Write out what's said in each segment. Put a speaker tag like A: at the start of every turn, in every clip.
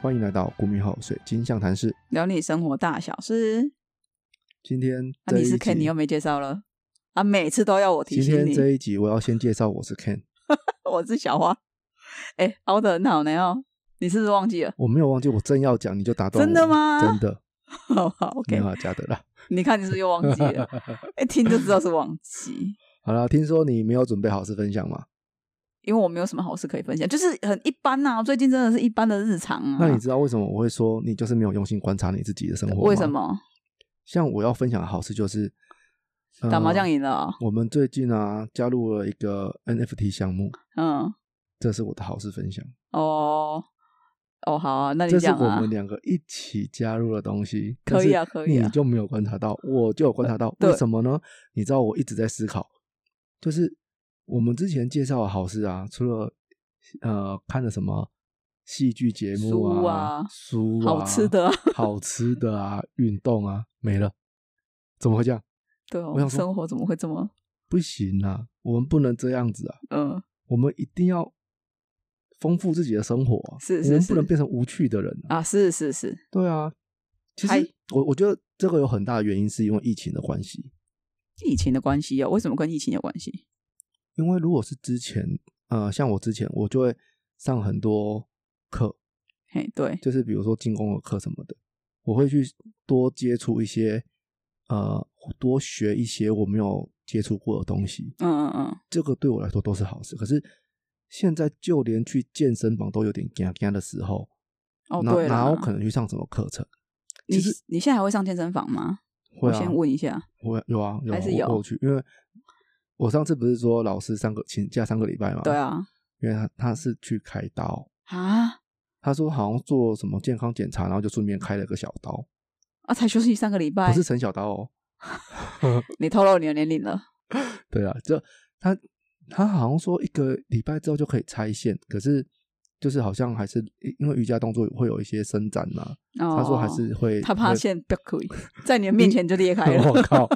A: 欢迎来到古米号水晶象谈室。
B: 聊你生活大小事。
A: 今天
B: 啊，
A: 这一
B: 你
A: 集，
B: 是 Ken，你又没介绍了啊！每次都要我提
A: 今
B: 醒
A: 天
B: 你，
A: 这一集我要先介绍我是 Ken，
B: 我是小花。哎、熬得很好呢哦，你是不是忘记了？
A: 我没有忘记，我正要讲你就打断我，
B: 真的吗
A: 真的，
B: 好好
A: 没
B: ，OK，
A: 有啊，假的啦。
B: 你看你是不是又忘 记了？一听就知道是忘记，
A: 好啦，听说你没有准备好事分享嘛？
B: 因为我没有什么好事可以分享，就是很一般呐、最近真的是一般的日常啊。
A: 那你知道为什么我会说你就是没有用心观察你自己的生活吗？
B: 为什？么
A: 像我要分享的好事就是、呃
B: 打麻将赢了哦、
A: 我们最近啊加入了一个 NFT 项目，
B: 嗯，
A: 这是我的好事分享。
B: 哦，哦，好啊，那你
A: 这是
B: 讲
A: 我
B: 啊
A: 们。两个一起加入的东西，
B: 可以啊
A: 但是
B: 可以啊
A: 你就没有观察到，我就有观察到，
B: 对
A: 为什么呢？你知道我一直在思考，就是我们之前介绍的好事啊，除了呃看了什么戏剧节目
B: 书
A: 啊
B: 啊、
A: 书啊、
B: 好吃的啊
A: 好吃的啊、运动啊，没了，怎么会这样？
B: 对哦，
A: 我想说
B: 生活怎么会这么……
A: 不行啊，我们不能这样子啊，
B: 嗯，
A: 我们一定要丰富自己的生活啊，
B: 是
A: 我
B: 是
A: 们
B: 是
A: 不能变成无趣的人啊。
B: 啊，是是是，
A: 对啊，其
B: 嗨
A: 实我我觉得这个有很大的原因是因为疫情的关系，
B: 疫情的关系哦，为什么跟疫情有关系？
A: 因为如果是之前，呃，像我之前我就会上很多课，
B: 嘿，对，
A: 就是比如说进攻的课什么的，我会去多接触一些，呃，多学一些我没有接触过的东西，
B: 嗯嗯嗯，
A: 这个对我来说都是好事。可是现在就连去健身房都有点干干的时候，
B: 哦，
A: 哪
B: 对
A: 哪有可
B: 了，
A: 能去上什么课程？
B: 你你现在还会上健身房吗？
A: 会
B: 我
A: 啊
B: 先问一下，
A: 我有啊，有啊
B: 还是
A: 我
B: 有
A: 我有去，因为我上次不是说老师三个请假三个礼拜嘛？
B: 对，啊，
A: 因为他他是去开刀，
B: 啊
A: 他说好像做什么健康检查，然后就顺便开了个小刀，
B: 啊，才休息三个礼拜
A: 不，是成小刀哦。
B: 你透露你的年龄了，
A: 对啊，就他他好像说一个礼拜之后就可以拆线，可是就是好像还是因为瑜伽动作会有一些伸展呐、
B: 哦，
A: 他说还是会
B: 他怕
A: 会
B: 线不可以在你的面前就裂开了，
A: 我 靠，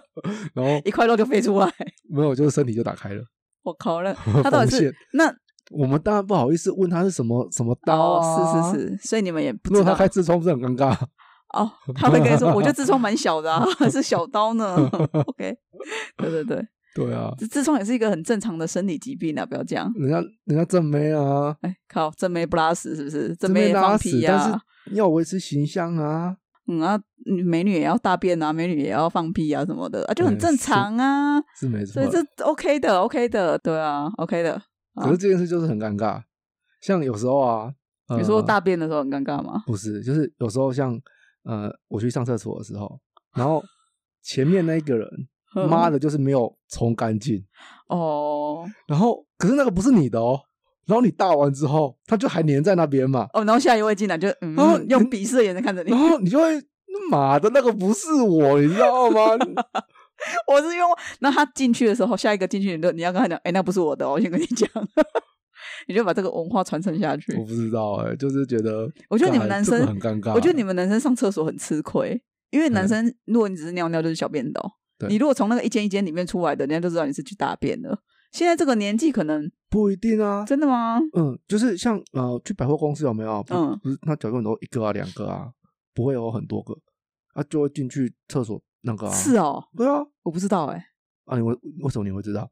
A: 然后
B: 一块肉就飞出来，
A: 没有就是身体就打开了。
B: 我靠，那他到
A: 缝
B: 底
A: 线
B: 是那哦
A: 我们当然不好意思问他是什么什么刀啊，
B: 哦，是是是，所以你们也不
A: 如果
B: 知
A: 他
B: 道
A: 开痔疮，不是很尴 尬？
B: 哦，他会跟你说，我觉得痔疮蛮小的啊， 是小刀呢，OK，对 对对，
A: 对啊，
B: 痔痔疮也是一个很正常的生理疾病啊，不要这样。
A: 人家人家正妹啊，
B: 哎，靠，正妹不拉屎是不是？正
A: 正
B: 妹
A: 妹
B: 也
A: 拉
B: 放
A: 屎
B: 屁，啊呀、
A: 但是要维持形象啊。
B: 嗯啊，嗯美女也要大便啊，美女也要放屁啊什么的啊，就很
A: 嗯
B: 正
A: 是
B: 常啊，
A: 是没错
B: 所
A: 啦
B: 以。这 OK 的，OK 的，对啊，OK 的。
A: 可是这件事就是很尴尬，像有时候啊，呃、
B: 你说大便的时候很尴尬吗？
A: 不是，就是有时候像呃，我去上厕所的时候，然后前面那一个人，
B: 嗯
A: 妈的，就是没有冲干净，
B: 哦
A: 然后可是那个不是你的哦，然后你大完之后，他就还粘在那边 嘛，
B: 哦，然后下一位进来就嗯，
A: 哦
B: 用
A: 你哦
B: 鄙视的眼神看着你
A: 然，后你就会。妈的，那个不是我，你知道吗？
B: 我是用。那他进去的时候，下一个进去你就你要跟他讲，哎、那不是我的、哦，我先跟你讲。 你就把这个文化传承下去。
A: 我不知道哎、就是觉得干，
B: 我觉得你们男
A: 这个
B: 生
A: 很尴尬。
B: 我觉得你们男生上厕所很吃亏，因为男
A: 啊嗯
B: 生如果你只是尿尿就是小便斗，
A: 对
B: 你如果从那个一间一间里面出来的，人家就知道你是去大便的。现在这个年纪可能
A: 不一定啊，
B: 真的吗？
A: 嗯，就是像呃，去百货公司有没有？不
B: 嗯
A: 不是，那脚垫都一个啊，两个啊，不会有很多个，啊，就会进去厕所那个啊。
B: 是哦，
A: 对啊，
B: 我不知道哎、
A: 啊，你为为什么你会知道？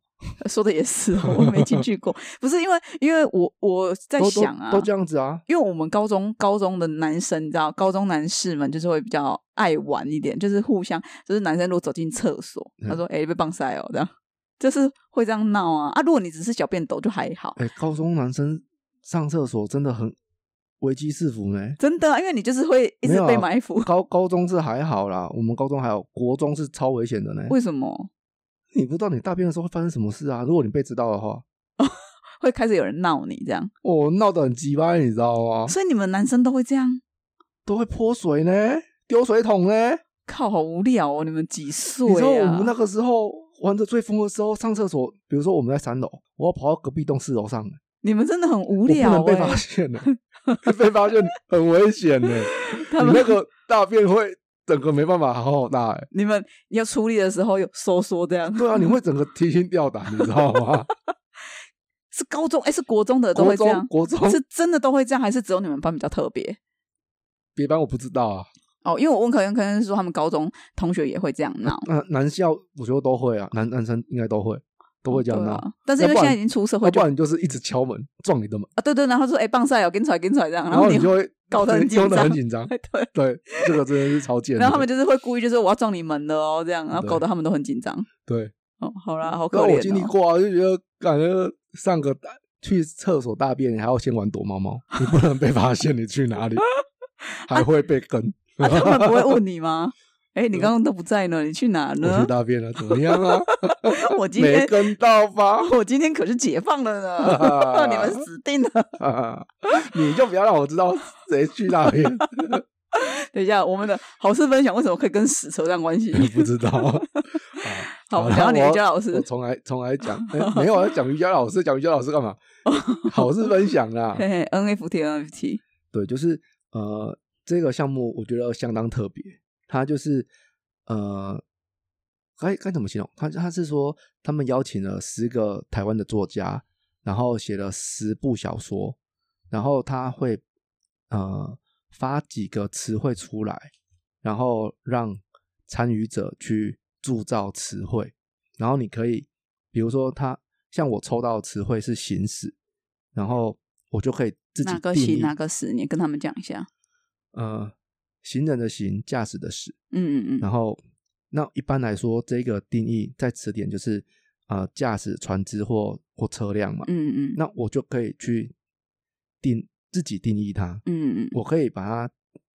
B: 说的也是 哦，我没进去过，不是因为因为我我在
A: 都都
B: 想啊
A: 都，这样子啊，
B: 因为我们高中高中的男生，你知道，高中男士们就是会比较爱玩一点，就是互相，就是男生如果走进厕所，他
A: 嗯
B: 说：“哎、被棒塞哦。”这样就是会这样闹啊啊！如果你只是小便斗就还好，
A: 哎、高中男生上厕所真的很危机四伏呢。
B: 真的啊，因为你就是会一
A: 没
B: 直
A: 有啊
B: 被埋伏。
A: 高高中是还好啦，我们高中还有国中是超危险的呢。
B: 为什么
A: 你不知道你大便的时候会发生什么事啊？如果你被知道的话，
B: 会开始有人闹你这样？
A: 哦，闹得很鸡巴，你知道吗？
B: 所以你们男生都会这样？
A: 都会泼水呢，丢水桶呢。
B: 靠，好无聊哦！你们几岁
A: 你知道我
B: 啊
A: 们？那个时候玩的最疯的时候，上厕所，比如说我们在三楼，我要跑到隔壁栋四楼上，
B: 你们真的很无
A: 我不
B: 聊
A: 能被
B: 哎、
A: 发现的， 被发现很危险的。
B: 他
A: 你
B: 们
A: 那个大便会整个没办法好好大、 欸，
B: 你们要出力的时候有收缩这样？
A: 对啊，你会整个提心吊胆，你知道吗？
B: 是高中哎、是国中的都
A: 国
B: 会这
A: 中
B: 样？
A: 国中
B: 是真的都会这样，还是只有你们班比较特别？
A: 别班我不知道啊。
B: 哦，因为我问可能可能是说他们高中同学也会这样闹，
A: 那、呃男校我觉得都会啊，男男生应该都会，都会这样
B: 对
A: 闹。
B: 啊。但是因为
A: 要不然
B: 现在已经出社会
A: 要不
B: 就，
A: 然你就是一直敲门撞你的门，
B: 啊，对对，然后说哎棒赛哦，跟出来跟出来这样，
A: 然后
B: 你
A: 你就会
B: 搞得很紧
A: 弄得很
B: 张。
A: 紧张
B: 对，
A: 对，这个真的是超贱的。
B: 然后他们就是会故意就说我要撞你们了哦，这样，然后搞得他们都很紧张。
A: 对，
B: 哦，好啦，好
A: 然
B: 可
A: 后
B: 怜、哦。
A: 我经历过嗯啊，就觉得感觉上个大去厕所大便，你还要先玩躲猫猫，你不能被发现你去哪里，还会被跟。
B: 啊，他们不会问你 吗？哎、你刚刚都不在呢，你去哪
A: 嗯我
B: 呢
A: 去？大便了，怎么样 啊？
B: 我啊今
A: 没
B: 天
A: 跟到吧？
B: 我今天可是解放了呢，你们死定了！
A: 你就不要让我知道谁去那边，
B: 等一下，我们的好事分享为什么可以跟死扯上关系？
A: 不知道。
B: 好，
A: 好
B: 我们讲到你
A: 那
B: 的
A: 我
B: 教老
A: 我
B: 师，
A: 从来从来讲，哎没有要讲瑜伽老师，讲瑜伽老师干 嘛？好事分享啦
B: 嘿。嘿，NFT NFT，
A: 对，就是呃，这个项目我觉得相当特别，它就是呃，该该怎么形容？它它是说他们邀请了十个台湾的作家，然后写了十部小说，然后他会呃发几个词汇出来，然后让参与者去铸造词汇，然后你可以，比如说他像我抽到的词汇是行驶，然后我就可以自己
B: 哪个
A: 定
B: 行
A: 义
B: 哪个死，你跟他们讲一下。
A: 呃，行人的行，驾驶的驶。
B: 嗯嗯嗯，
A: 然后，那一般来说，这个定义在词典就是呃，驾驶船只或或车辆嘛。
B: 嗯嗯
A: 那我就可以去定自己定义它，
B: 嗯嗯
A: 我可以把它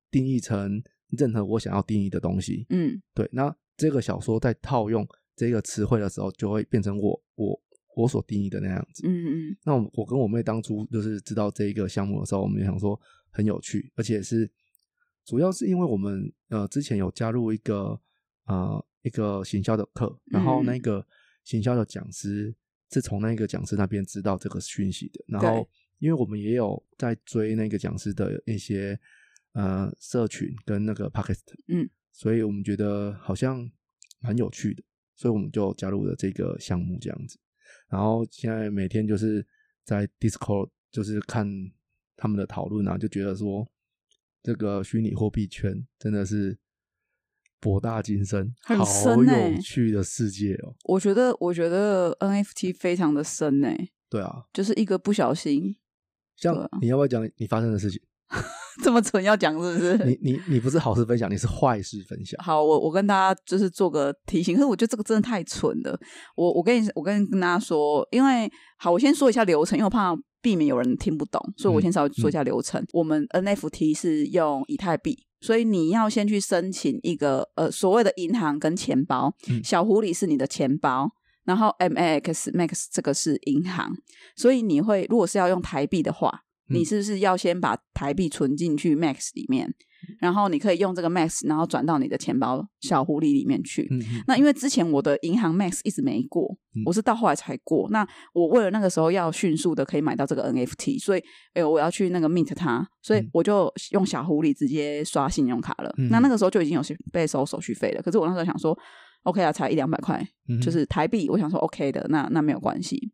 A: 定义成任何我想要定义的东西。
B: 嗯
A: 对，那这个小说在套用这个词汇的时候，就会变成我我我所定义的那样子。
B: 嗯
A: 那我我跟我妹当初就是知道这一个项目的时候，我们就想说很有趣，而且是主要是因为我们呃之前有加入一个呃一个行销的课，然后那
B: 嗯
A: 个行销的讲师是从那个讲师那边知道这个讯息的，然后
B: 对
A: 因为我们也有在追那个讲师的一些呃社群跟那个 p o c k e t
B: 嗯，
A: 所以我们觉得好像蛮有趣的，所以我们就加入了这个项目这样子。然后现在每天就是在 Discord 就是看他们的讨论啊，就觉得说这个虚拟货币圈真的是博大精深，
B: 很深
A: 好
B: 欸
A: 有趣的世界哦。
B: 我觉得我觉得 NFT 非常的深呢、
A: 对啊，
B: 就是一个不小心， 对
A: 像
B: 啊
A: 你要不要讲你发生的事情？
B: 这么蠢要讲是不是？
A: 你你你不是好事分享，你是坏事分享。
B: 好，我我跟大家就是做个提醒，可是我觉得这个真的太蠢了。我我跟你我跟跟大家说，因为好，我先说一下流程，因为我怕避免有人听不懂，所以我先稍微说一下流程。我们 NFT 是用以太币。所以你要先去申请一个呃所谓的银行跟钱包，
A: 嗯
B: 小狐狸是你的钱包，然后 MAX Max 这个是银行，所以你会如果是要用台币的话，
A: 嗯
B: 你是不是要先把台币存进去 Max 里面，
A: 嗯
B: 然后你可以用这个 Max，然后转到你的钱包小狐狸里面去？
A: 嗯，嗯
B: 那因为之前我的银行 Max 一直没过
A: 嗯，
B: 我是到后来才过。那我为了那个时候要迅速的可以买到这个 NFT，所以哎、我要去那个 mint 它，所以
A: 嗯
B: 我就用小狐狸直接刷信用卡了。
A: 嗯
B: 那那个时候就已经有些被收手续费了，可是我那时候想说，OK 啊，才一两百块，
A: 嗯
B: 就
A: 哼
B: 是台币，我想说 OK 的，那那没有关系，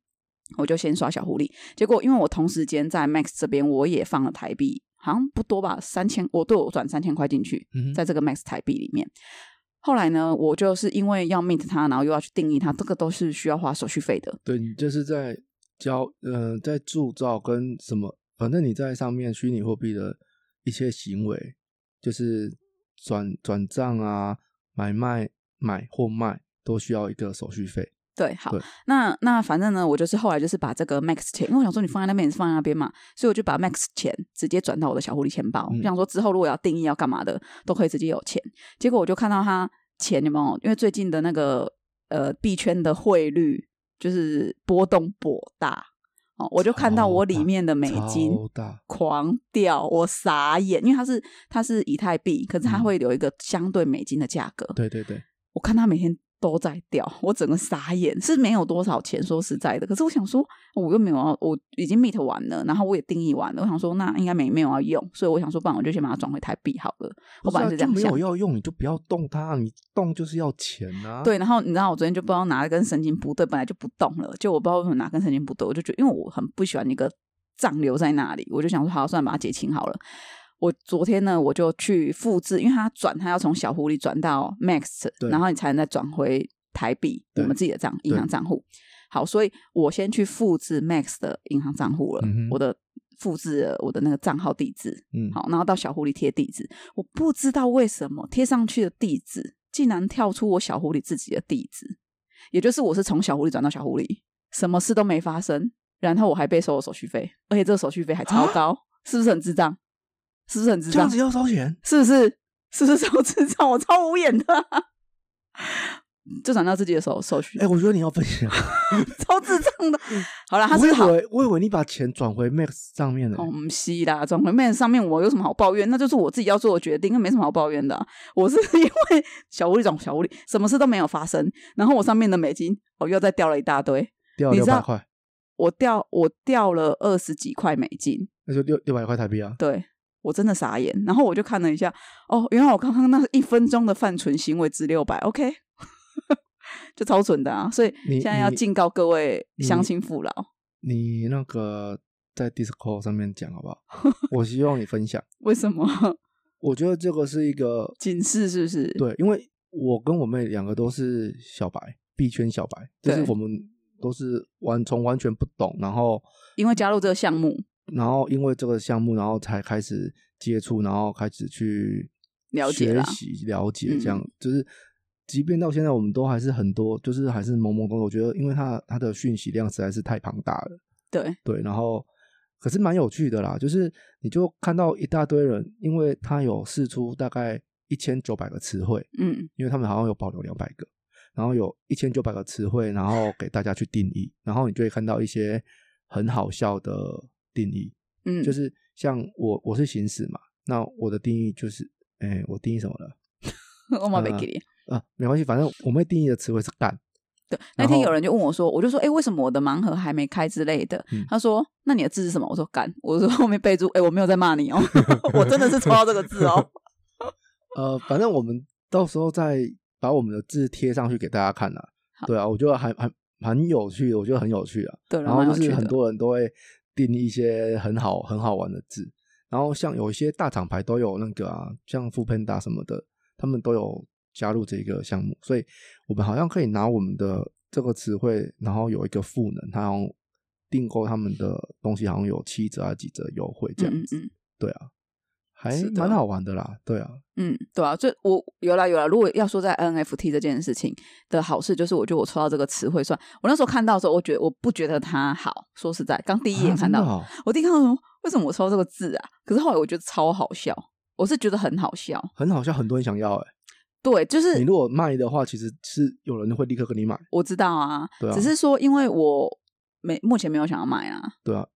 B: 我就先刷小狐狸。结果因为我同时间在 Max 这边我也放了台币，好像不多吧，三千，我对我转三千块进去，
A: 嗯哼
B: 在这个 Max 台币里面。后来呢，我就是因为要 mint 它，然后又要去定义它，这个都是需要花手续费的。
A: 对你就是在教呃，在铸造跟什么，反正你在上面虚拟货币的一些行为，就是转转账啊、买卖、买或卖，都需要一个手续费。
B: 对，好
A: 对，
B: 那那反正呢，我就是后来就是把这个 Max 钱，因为我想说你放在那边，你放在那边嘛，所以我就把 Max 钱直接转到我的小狐狸钱包，
A: 嗯
B: 我想说之后如果要定义要干嘛的，都可以直接有钱。结果我就看到它钱有没有，因为最近的那个呃币圈的汇率就是波动博大哦，我就看到我里面的美金
A: 超大，
B: 狂掉，我傻眼，因为它是它是以太币，可是它
A: 嗯
B: 会有一个相对美金的价格。
A: 对对对，
B: 我看它每天都在掉，我整个傻眼，是没有多少钱，说实在的。可是我想说，哦我又没有要，我已经 meet 完了，然后我也定义完了，我想说那应该没没有要用，所以我想说，不然我就先把它转回台币好了。我
A: 不
B: 本
A: 是啊
B: 来是这
A: 就
B: 样
A: 没
B: 想
A: 有。要用，你就不要动它，你动就是要钱啊。
B: 对，然后你知道我昨天就不知道哪根神经不对，本来就不动了，就我不知道为什么哪根神经不对，我就觉得因为我很不喜欢一个胀留在那里，我就想说好，算了，把它结清好了。我昨天呢，我就去复制，因为它转，它要从小狐狸转到 Max，
A: 对
B: 然后你才能再转回台币我
A: 对
B: 们自己的账银
A: 对
B: 行账户。好，所以我先去复制 Max 的银行账户了，
A: 嗯哼
B: 我的复制了我的那个账号地址，
A: 嗯，
B: 好，然后到小狐狸贴地址，我不知道为什么贴上去的地址竟然跳出我小狐狸自己的地址，也就是我是从小狐狸转到小狐狸，什么事都没发生，然后我还被收了手续费，而且这个手续费还超
A: 啊
B: 高，是不是很智障？是不是很智
A: 这样
B: 障
A: 子？要收钱，
B: 是不是？是不是超智障？我超无眼的啊、 就转到自己的手手续，
A: 哎、我觉得你要分 享，
B: 超智障的。好了，
A: 嗯我
B: 他啊是
A: 以
B: 好。
A: 为我以为你把钱转回 Max 上面了、
B: 哦，不是啦，转回面上面我有什么好抱怨？那就是我自己要做的决定，那没什么好抱怨的啊、我是 因为小狐狸长小狐狸，什么事都没有发生，然后我上面的美金我又再掉了一大堆，
A: 掉
B: 你
A: 六
B: 知道
A: 百块，
B: 我掉我掉了二十几块美金，
A: 那就六六百块台币啊，
B: 对我真的傻眼。然后我就看了一下，哦，原来我刚刚那一分钟的犯蠢行为值六百，OK，就超蠢的啊！所以
A: 你
B: 现在要
A: 你
B: 警告各位
A: 你
B: 乡亲父老，
A: 你那个在 Discord 上面讲好 不好？我希望你分享，
B: 为什么
A: 我觉得这个是一个
B: 警示是不是？
A: 对，因为我跟我妹两个都是小白，币圈小白，就是
B: 对
A: 我们都是完从完全不懂，然后
B: 因为加入这个项目，
A: 然后因为这个项目，然后才开始接触，然后开始去
B: 了解
A: 学
B: 啦
A: 习、了解，
B: 嗯
A: 这样、就是，即便到现在，我们都还是很多，就是还是懵懵懂懂。我觉得，因为它它的讯息量实在是太庞大了，
B: 对
A: 对，然后可是蛮有趣的啦，就是你就看到一大堆人，因为他有试出大概一千九百个词汇，
B: 嗯。
A: 因为他们好像有保留两百个，然后有一千九百个词汇，然后给大家去定义，然后你就会看到一些很好笑的定义，
B: 嗯，
A: 就是像我我是行驶嘛，那我的定义就是，哎、我定义什么了？
B: 我马被
A: 呃
B: 给你。
A: 啊，没关系，反正我们定义的词汇是干，
B: 对，那天
A: 后
B: 有人就问我说，我就说，哎、为什么我的盲盒还没开之类的？
A: 嗯
B: 他说，那你的字是什么？我说干，我说后面备注，哎、我没有在骂你哦， 我真的是抽到这个字 哦。
A: 呃，反正我们到时候再把我们的字贴上去给大家看啦、
B: 好
A: 对啊，我觉得还还蛮有趣的，我觉得很有趣啊。
B: 对，
A: 然后
B: 蛮有
A: 就
B: 趣
A: 是
B: 的
A: 很，多人都会定一些很好很好玩的字，然后像有一些大厂牌都有那个啊，像富喷达什么的，他们都有加入这个项目，所以我们好像可以拿我们的这个词汇，然后有一个赋能，它好像订购他们的东西好像有七折啊几折优惠这
B: 嗯
A: 样
B: 嗯
A: 子，
B: 嗯
A: 对啊，还
B: 是的
A: 蛮好玩的啦，对啊，
B: 嗯，对啊，这我有啦有啦。如果要说在 NFT 这件事情的好事，就是我觉得我抽到这个词汇算，我那时候看到的时候，我觉得我不觉得它好，说实在，刚第一眼
A: 啊
B: 看到，
A: 真的哦
B: 我第一看到说为什么我抽到这个字啊？可是后来我觉得超好笑，我是觉得很好笑，
A: 很好笑，很多人想要哎、
B: 对，就是
A: 你如果卖的话，其实是有人会立刻跟你买，
B: 我知道啊，
A: 对啊
B: 只是说因为我没目前没有想要买啦，
A: 对啊，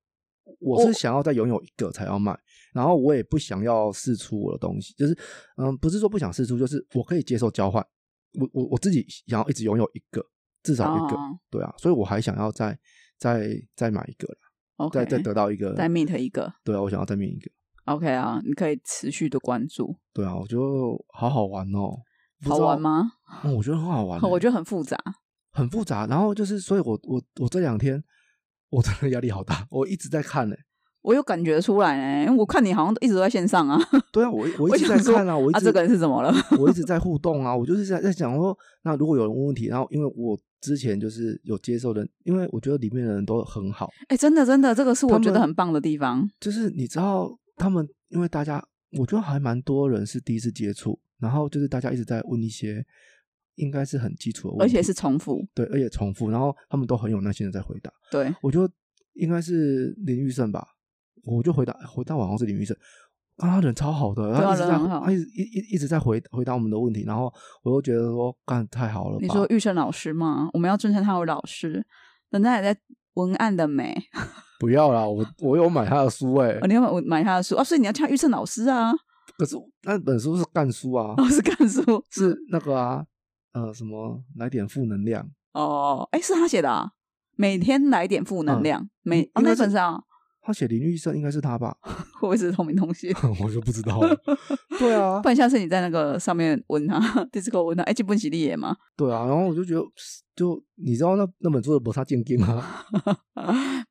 A: 我是想要再拥有一个才要卖，然后我也不想要试出我的东西，就是嗯，不是说不想试出，就是我可以接受交换，我我我自己想要一直拥有一个，至少一个，
B: 哦
A: 对啊，所以我还想要再再再买一个啦，
B: 哦，OK，
A: 再再得到一个，
B: 再 meet 一个
A: 对啊，我想要再面一个，
B: ，OK 啊，你可以持续的关注，
A: 对啊，我觉得好好玩哦，不知
B: 好
A: 道
B: 玩？吗？
A: 嗯我觉得很 好玩欸、
B: 我觉得很复杂，
A: 很复杂，然后就是，所以我我我这两天我真的压力好大，我一直在看呢、
B: 我有感觉出来呢、因为我看你好像一直都在线上啊，
A: 对啊，我我一直在
B: 想说
A: 看啊，我一直、
B: 啊，这个人是怎么了？
A: 我一直在互动啊，我就是在在想说，那如果有人问问题，然后因为我之前就是有接受的，因为我觉得里面的人都很好，
B: 哎、真的真的，这个是我
A: 他
B: 觉得
A: 们
B: 很棒的地方，
A: 就是你知道他们，因为大家我觉得还蛮多人是第一次接触，然后就是大家一直在问一些应该是很基础的
B: 而
A: 问题，
B: 且是重复，
A: 对，而且重复，然后他们都很有耐心的在回答，
B: 对，
A: 我觉得应该是林玉胜吧，我就回答回答我好像是林玉胜。啊，他人超好的，
B: 对啊
A: 他一直在
B: 人很好
A: 他一直一一一直在回回答我们的问题，然后我又觉得说，干太好了吧？
B: 你说玉胜老师吗？我们要尊称他为老师，人家也在文案的美，
A: 不要啦，我我有买他的书哎、
B: 哦、你要买我买他的书啊，所以你要叫玉胜老师啊，
A: 可是那本书是干书啊，
B: 老师看书
A: 是那个啊，呃，什么来点负能量？
B: 哦，哎，是他写的啊。每天来点负能
A: 嗯
B: 量，每哦
A: 应该
B: 那
A: 是
B: 本是啊，
A: 他写林玉生应该是他 吧？
B: 会不会是同名同姓？
A: 我就不知道了。对啊
B: 不，然下次你在那个上面问他，Disco 问他，哎，这本是你耶吗？
A: 对啊，然后我就觉得，就你知道那那本书的不是他鉴定啊，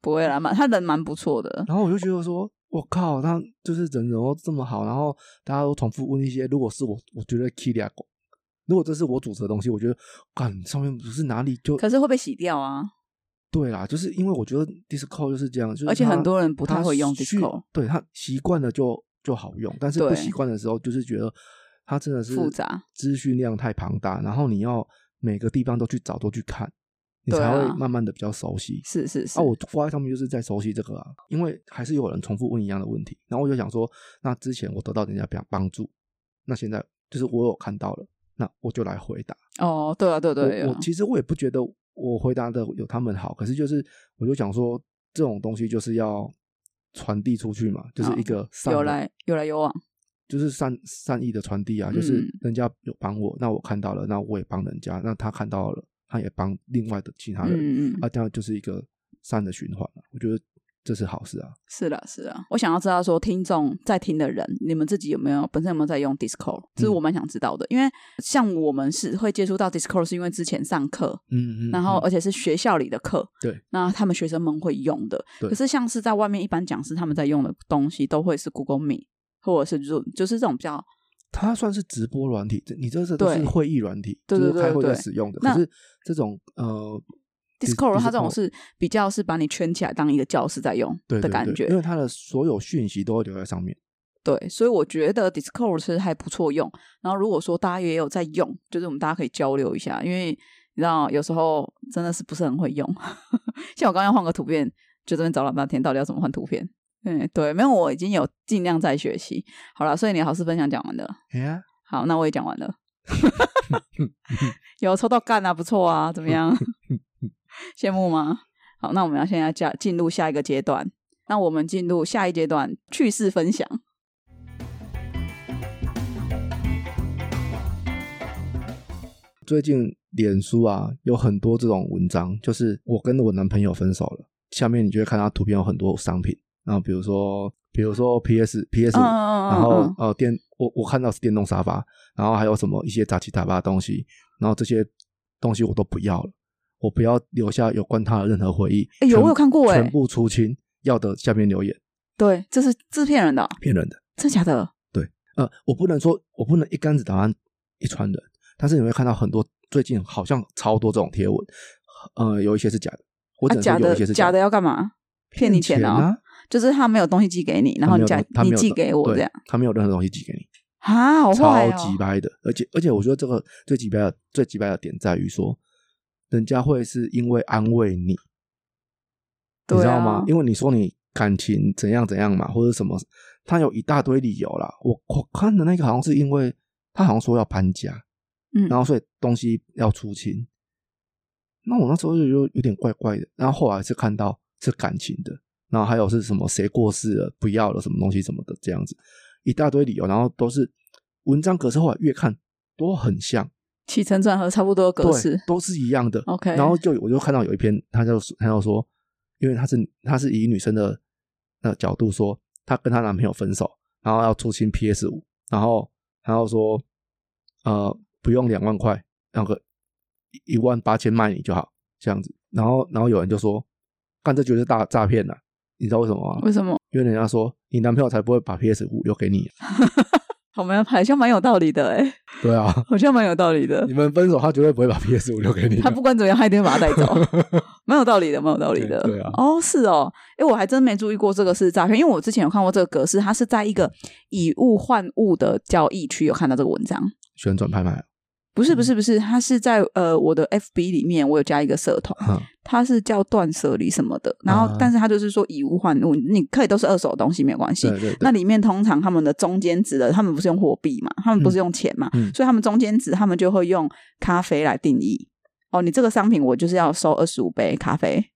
B: 不会啦嘛，他人蛮不错的，
A: 然后我就觉得说，我靠，他就是人人都这么好，然后大家都重复问一些，如果是我，我觉得 k i l i a 如果这是我主持的东西，我觉得，干上面不是哪里就
B: 可是会被洗掉啊。
A: 对啦，就是因为我觉得 Discord 就是这样，就是
B: 而且
A: 它
B: 很多人不
A: 它
B: 太会用
A: 需
B: Discord
A: 对他习惯了就就好用，但是不
B: 对
A: 习惯的时候，就是觉得它真的是
B: 复杂，
A: 资讯量太庞大，然后你要每个地方都去找，都去看，你才
B: 对
A: 会
B: 啊
A: 慢慢的比较熟悉。
B: 是是是，
A: 啊，我花在上面就是在熟悉这个啊，因为还是有人重复问一样的问题，然后我就想说，那之前我得到人家帮帮助，那现在就是我有看到了，那我就来回答。
B: 哦，对啊，对啊对啊，
A: 我我其实我也不觉得我回答的有他们好，可是就是我就想说，这种东西就是要传递出去嘛，就是一个善
B: 啊
A: 的
B: 有来有来有往，
A: 就是善善意的传递啊，就是
B: 嗯
A: 人家有帮我，那我看到了，那我也帮人家，那他看到了，他也帮另外的其他人，
B: 嗯嗯，
A: 啊，这样就是一个善的循环、啊，我觉得这是好事啊。
B: 是的，是的。我想要知道说，听众在听的人，你们自己有没有本身有没有在用 Discord？这是
A: 嗯
B: 我蛮想知道的，因为像我们是会接触到 Discord，是因为之前上课，
A: 嗯嗯，
B: 然后
A: 嗯
B: 而且是学校里的课，
A: 对，
B: 那他们学生们会用的。
A: 对
B: 可是像是在外面一般讲师他们在用的东西，都会是 Google Meet 或者是 Zoom，就是这种比较
A: 它算是直播软体，这你这是都是
B: 对
A: 会议软体，
B: 对对
A: 就是开
B: 对
A: 会在
B: 对
A: 使用的，
B: 那
A: 可是这种呃
B: Discord，它这种
A: Discord
B: 是比较是把你圈起来当一个教室在用
A: 对
B: 的
A: 对
B: 感
A: 对
B: 觉。
A: 因为它的所有讯息都会留在上面。
B: 对，所以我觉得 Discord 是还不错用。然后如果说大家也有在用，就是我们大家可以交流一下，因为你知道有时候真的是不是很会用。 像我刚刚要换个图片，就这边找了半天，到底要怎么换图片？嗯，对，没有，我已经有尽量在学习。好了，所以你的好事分享讲完了。
A: 哎呀，
B: 好，那我也讲完了。有抽到干啊，不错啊，怎么样？羡慕吗？好，那我们要现在加进入下一个阶段。那我们进入下一阶段趣事分享。
A: 最近脸书啊有很多这种文章，就是我跟我男朋友分手了，下面你就会看到图片有很多商品，然后比如说比如说 PS PS，、
B: 嗯嗯
A: 然
B: 嗯
A: 后
B: 嗯
A: 呃电我我看到是电动沙发，然后还有什么一些杂七杂八的东西，然后这些东西我都不要了，我不要留下有关他的任何回忆。
B: 哎有
A: 全
B: 我有看过哎
A: 全部出清，要的下面留言
B: 对，这是制片人的哦、
A: 骗人的。
B: 真假的？
A: 呃，我不能说我不能一竿子打翻一船人，但是你会看到很多最近好像超多这种贴文，呃，有一些是假的，我只
B: 啊，
A: 能
B: 假
A: 说有
B: 的
A: 一些是
B: 假的
A: 的，
B: 要干嘛？骗你钱
A: 钱
B: 哦
A: 啊！
B: 就是他没有东西寄给你，然
A: 他
B: 后
A: 没
B: 你
A: 有
B: 假
A: 东他没
B: 你
A: 有
B: 寄
A: 东
B: 给我
A: 对
B: 这样
A: 他没有任何东西寄给你，
B: 啊，好坏
A: 超
B: 哦！
A: 级掰的，而且而且我觉得这个最鸡掰的最鸡掰的点在于说，人家会是因为安慰你，
B: 对
A: 你知道
B: 啊
A: 吗？因为你说你感情怎样怎样嘛，或者什么，他有一大堆理由啦。我我看的那个好像是因为他好像说要搬家，
B: 嗯
A: 然后所以东西要出清。那我那时候就有有点怪怪的，然后后来是看到是感情的，然后还有是什么谁过世了不要了什么东西什么的这样子，一大堆理由，然后都是文章，可是后来越看都很像，
B: 起承转合差不多的格
A: 对
B: 式，。
A: 都是一样的。
B: OK，
A: 然后就我就看到有一篇，他就他就说，因为他是他是以女生的呃角度说，她跟她男朋友分手，然后要出清 PS 五，然后然后说，呃，不用两万块，那个一万八千卖你就好，这样子。然后然后有人就说，干这绝对是大诈骗了、你知道为什么吗？
B: 为什么？
A: 因为人家说你男朋友才不会把 PS 五留给你、啊
B: 我们好像蛮有道理的哎、
A: 对啊，
B: 好像蛮有道理的
A: 你。们分手他绝对不会把 PS 五留给你的。
B: 他不管怎么样，他一定会把它带 走，蛮有道理的，蛮有道理的。
A: 对对啊
B: 哦，是哦，哎，我还真没注意过这个是诈骗，因为我之前有看过这个格式，它是在一个以物换物的交易区有看到这个文章。
A: 旋转拍卖，啊
B: 不是不
A: 嗯
B: 是不是，它是在呃我的 FB 里面，我有加一个社团，
A: 嗯
B: 它是叫断舍离什么的。然后
A: 啊，
B: 但是它就是说以物换物，你可以都是二手的东西，没有关系
A: 对。对对，
B: 那里面通常他们的中间值的，他们不是用货币嘛，他们不是用钱嘛，
A: 嗯
B: 所以他们中间值他们就会用咖啡来定义。哦，你这个商品我就是要收二十五杯咖啡，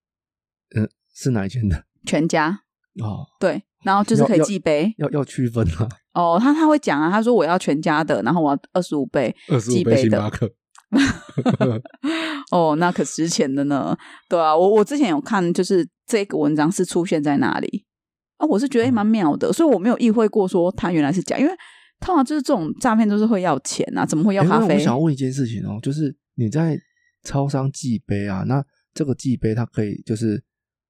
A: 是哪一间的？
B: 全家
A: 哦，
B: 对，然后就是可以
A: 要
B: 寄杯。
A: 要要区分啊，
B: 哦，他他会讲啊，他说我要全家的，然后我要二十五杯，
A: 二十
B: 寄
A: 五杯哎
B: 杯
A: 星
B: 的
A: 巴 克，
B: 哦，那可值钱的呢。对啊，我我之前有看，就是这个文章是出现在哪里啊？我是
A: 嗯
B: 觉得诶蛮妙的，所以我没有意会过说他原来是假，因为通常就是这种诈骗都是会要钱啊，怎么会要
A: 诶
B: 咖
A: 那
B: 啡？
A: 我想问一件事情哦，就是你在超商寄杯啊，那这个寄杯它可以就是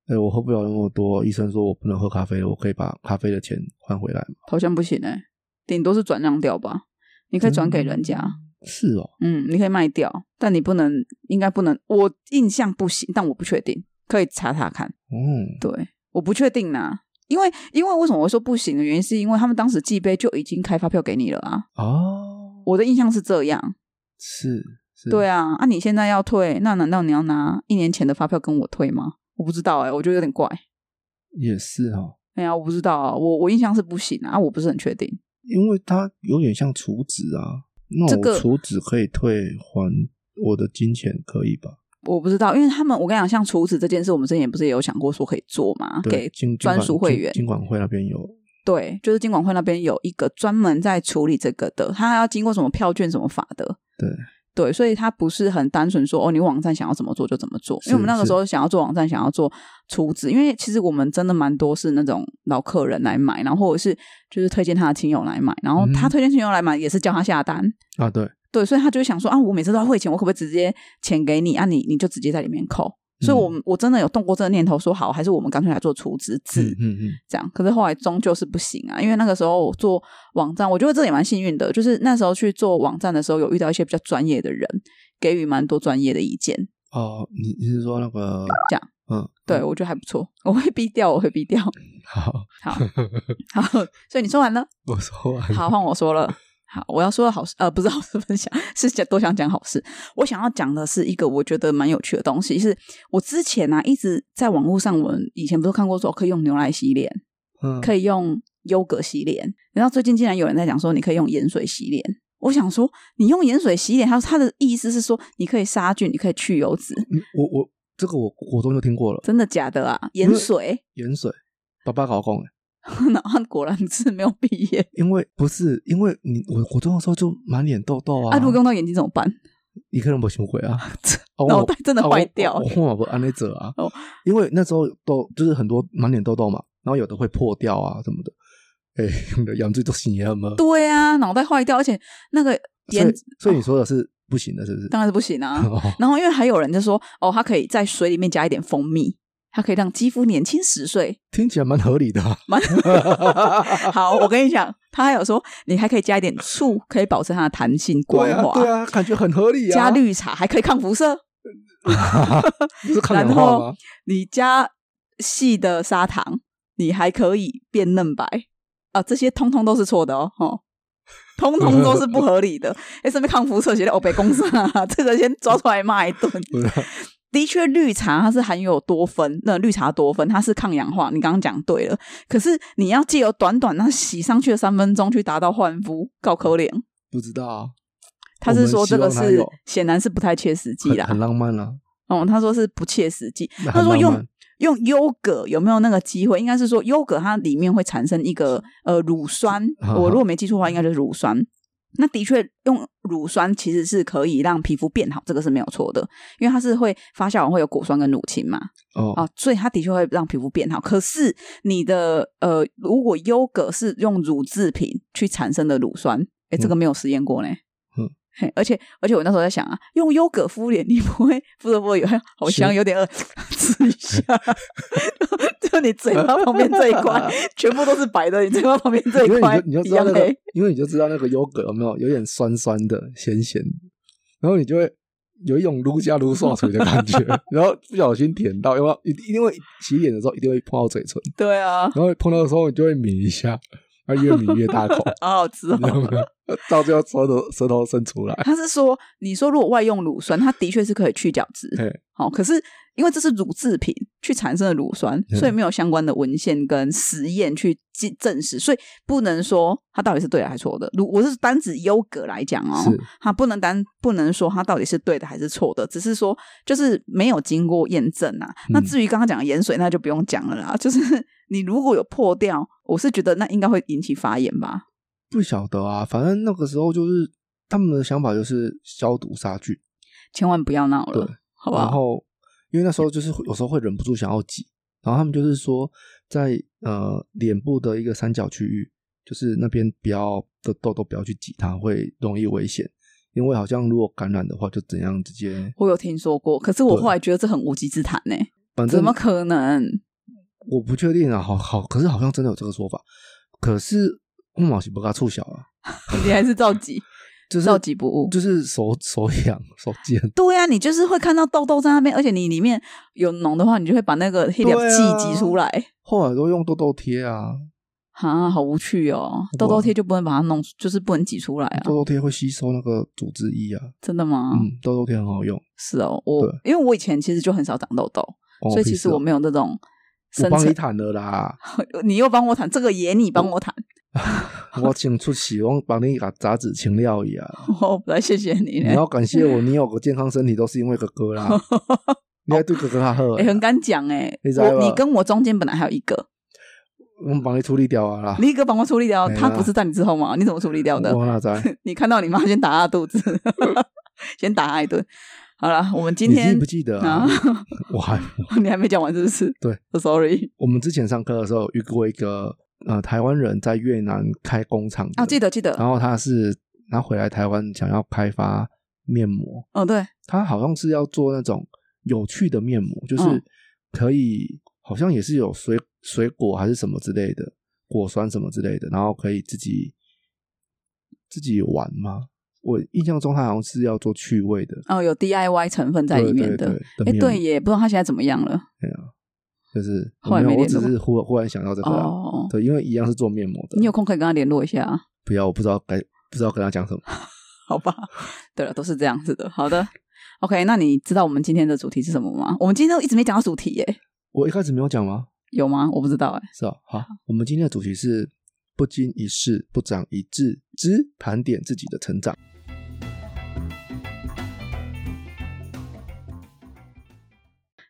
A: 哎，我喝不了那么多，医生说我不能喝咖啡了，我可以把咖啡的钱换回来吗？
B: 好像不行哎、顶多是转让掉吧，你可以转给人家，
A: 是哦，
B: 嗯，你可以卖掉，但你不能，应该不能，我印象不行，但我不确定，可以查查看。
A: 嗯，
B: 对，我不确定啦，因为因为为什么我说不行的原因，是因为他们当时寄杯就已经开发票给你了啊，
A: 哦，
B: 我的印象是这样。
A: 是是，
B: 对
A: 啊，
B: 啊，啊，你现在要退，那难道你要拿一年前的发票跟我退吗？我不知道哎、我觉得有点怪。
A: 也是哦，
B: 哎呀，我不知道啊，我我印象是不行啊，啊我不是很确定。
A: 因为它有点像储值啊，那
B: 这个
A: 我储值可以退还我的金钱，可以吧？
B: 我不知道，因为他们我跟你讲，像储值这件事，我们之前也不是也有想过说可以做嘛，
A: 对，
B: 给
A: 金
B: 专属会员
A: 金管会那边有，
B: 对，就是金管会那边有一个专门在处理这个的，他还要经过什么票券什么法的，
A: 对，
B: 对，所以他不是很单纯说哦，你网站想要怎么做就怎么做，因为我们
A: 是
B: 那个时候想要做网站，想要做储值，因为其实我们真的蛮多是那种老客人来买，然后或者是就是推荐他的亲友来买，然后他
A: 嗯
B: 推荐亲友来买也是叫他下单，
A: 啊，对，
B: 对，所以他就会想说啊，我每次都要汇钱，我可不可以直接钱给你啊你？你就直接在里面扣。所
A: 嗯
B: 以我，我、真的有动过这个念头，说好，还是我们干脆来做储值制、
A: 嗯嗯嗯，
B: 这样。可是后来终究是不行啊，因为那个时候我做网站，我觉得这也蛮幸运的，就是那时候去做网站的时候，有遇到一些比较专业的人，给予蛮多专业的意见，
A: 哦，你你是说那个
B: 这样，
A: 嗯，
B: 对我觉得还不错。我会逼掉，我会逼掉。
A: 好，
B: 好好，所以你说完了，
A: 我说完了，
B: 好，换我说了。好，我要说的好事，呃，不是好事分享，是想都想讲好事。我想要讲的是一个我觉得蛮有趣的东西，是我之前啊一直在网络上，我们以前不是看过说可以用牛奶洗脸，
A: 嗯，
B: 可以用优格洗脸，然后最近竟然有人在讲说你可以用盐水洗脸。我想说，你用盐水洗脸，它它的意思是说你可以杀菌，你可以去油脂，
A: 嗯我我这个我国中就听过了，
B: 真的假的啊？盐水，
A: 盐水，爸爸搞工，欸
B: 然后果然是没有毕业
A: 因为不是因为你我国中的时候就满脸痘痘啊，
B: 啊！如果用到眼睛怎么办？
A: 你可能没想过啊， 啊
B: 脑袋真的坏掉
A: 我我我不安内者啊
B: 哦，
A: 因为那时候痘就是很多满脸痘痘嘛，然后有的会破掉啊什么的，哎， 用的养最多行也吗？
B: 对啊，脑袋坏掉，而且那个
A: 所
B: 盐哦
A: 以所以你说的是不行的，是不是？
B: 当然是不行 啊。
A: 哦，
B: 然后因为还有人就说，哦，它可以在水里面加一点蜂蜜，它可以让肌肤年轻 十岁。
A: 听起来蛮合理的啊，
B: 蛮 好，我跟你讲，他还有说，你还可以加一点醋，可以保持它的弹性光
A: 对啊
B: 滑。
A: 对啊，感觉很合理啊，
B: 加绿茶还可以抗辐射，
A: 不是抗氧
B: 然
A: 化
B: 后
A: 吗？
B: 你加细的砂糖，你还可以变嫩白啊！这些通通都是错的哦，哦，通通都是不合 理的。哎，上面抗辐射写的欧北公司啊， 这个先抓出来骂一 顿。
A: 不是啊
B: 的确，绿茶它是含有多酚，那绿茶多酚它是抗氧化，你刚刚讲对了。可是你要借由短短那洗上去的三分钟去达到焕肤，搞口脸。
A: 不知道啊，
B: 他是说这个
A: 我们希
B: 是
A: 望它有
B: 显然是不太切实际
A: 很
B: 啦，
A: 很浪漫啊，
B: 哦，他说是不切实际。
A: 那
B: 他
A: 很
B: 说
A: 浪
B: 用
A: 漫
B: 用优格有没有那个机会？应该是说优格它里面会产生一个呃 乳酸，
A: 啊
B: 我如果没记错的话，应该就是乳酸。那的确用乳酸其实是可以让皮肤变好，这个是没有错的，因为它是会发酵完会有果酸跟乳清嘛，
A: 哦
B: 啊，所以它的确会让皮肤变好。可是你的呃，如果优格是用乳制品去产生的乳酸，哎，这个没有实验过呢。
A: 嗯
B: 嘿，而且而且我那时候在想啊，用优格敷脸，你不会敷着敷着有好香，
A: 是
B: 有点饿， 吃一下， 就你嘴巴旁边这一 块全部都是白的，你嘴巴旁边这
A: 因为
B: 一块
A: 你就你就
B: 一
A: 知道
B: 样
A: 那个
B: 黑。，
A: 因为你就知道那个优格有没有有点酸酸的、咸咸的，然后你就会有一种撸加撸刷嘴的感 觉，然后不小心舔到，因为一因为洗脸的时候一定会碰到嘴唇，
B: 对啊，
A: 然后碰到的时候你就会抿一下，然后越抿越 大口，
B: 好好吃哦
A: 你知。道吗？到最后舌头舌头伸出来，
B: 他是说，你说如果外用乳酸，它的确是可以去角质
A: 嘿，
B: 好、可是因为这是乳制品去产生的乳酸，
A: 嗯
B: 所以没有相关的文献跟实验去证证实，所以不能说它到底是对的还是错的。如我是单指优格来讲哦
A: 是，
B: 它不能单不能说它到底是对的还是错的，只是说就是没有经过验证啊。那
A: 嗯
B: 至于刚刚讲的盐水，那就不用讲了啦，就是你如果有破掉，我是觉得那应该会引起发炎吧。
A: 不晓得啊，反正那个时候就是他们的想法就是消毒杀菌，
B: 千万不要闹了
A: 对，
B: 好不
A: 然
B: 好？
A: 后因为那时候就是会有时候会忍不住想要挤，然后他们就是说在呃脸部的一个三角区域，就是那边不要的痘痘不要去挤它，会容易危险。因为好像如果感染的话，就怎样直接
B: 我有听说过，可是我
A: 对
B: 后来觉得这很无稽之谈呢、
A: 反
B: 怎
A: 正
B: 么可能？
A: 我不确定啊，好好，可是好像真的有这个说法。可是木马是不嘎促小啊，
B: 你还是着急，
A: 就是
B: 着急不悟。
A: 就是手手痒手 贱，
B: 对呀、啊，你就是会看到痘痘在那边，而且你里面有脓的话，你就会把那个黑点
A: 对
B: 剂
A: 啊
B: 挤出来。
A: 后来都用痘痘贴啊，
B: 啊，好无趣哦！痘痘贴就不能把它弄，就是不能挤出来啊
A: 痘！痘贴会吸收那个组织液啊，
B: 真的吗？
A: 嗯，痘痘贴很好用。
B: 是哦，我
A: 对
B: 因为我以前其实就很少长痘痘，
A: 关
B: 所以
A: 屁
B: 其
A: 事
B: 实
A: 哦
B: 我没有那种
A: 我
B: 深
A: 帮你
B: 层。
A: 谈了啦，
B: 你又帮我谈这个也你帮我谈，
A: 我请出席，我帮你把杂质清掉一下。
B: 我来哦谢谢 你
A: 你
B: 嘞。
A: 要感谢我，你有个健康身体都是因为哥哥啦，你还对哥哥还好
B: 哎、，很敢讲哎、
A: 啊你知道
B: 我你
A: 吧
B: 跟我中间本来还有一个，
A: 我们帮你处理掉啊啦。
B: 你一个帮我处理掉，
A: 没
B: 他
A: 啦
B: 不是在你之后吗？你怎么处理掉的？
A: 我哪在？
B: 你看到你妈先打他肚子，先打他一顿。好了，我 们今
A: 你记
B: 天
A: 不记得 啊？我还
B: 你还没讲完是不是？
A: 对
B: 我，sorry
A: 我们之前上课的时候遇过一个呃台湾人在越南开工厂的
B: 啊，记得记得，
A: 然后他是他回来台湾想要开发面膜，
B: 哦对，
A: 他好像是要做那种有趣的面膜，就是
B: 嗯
A: 可以、好像也是有水水果还是什么之类的果酸什么之类的，然后可以自己自己玩吗？我印象中他好像是要做趣味的，
B: 哦有 DIY 成分在里面的
A: 对。对
B: 哎，
A: 对的面膜
B: 对，也不知道他现在怎么样了。
A: 就是
B: 后
A: 我
B: 来
A: 没有，
B: 没
A: 我
B: 联
A: 只
B: 络
A: 是忽忽然想到这个、啊，
B: 哦，
A: 对，因为一样是做面膜的，
B: 你有空可以跟他联络一下啊，
A: 不要我不知道该不知道跟他讲什么，
B: 好吧？对了，都是这样子的。好的，OK，那你知道我们今天的主题是什么吗？我们今天都一直没讲到主题耶，
A: 我一开始没有讲吗？
B: 有吗？我不知道哎。
A: 是啊，好，我们今天的主题是不经一事不长一智之盘点自己的成长。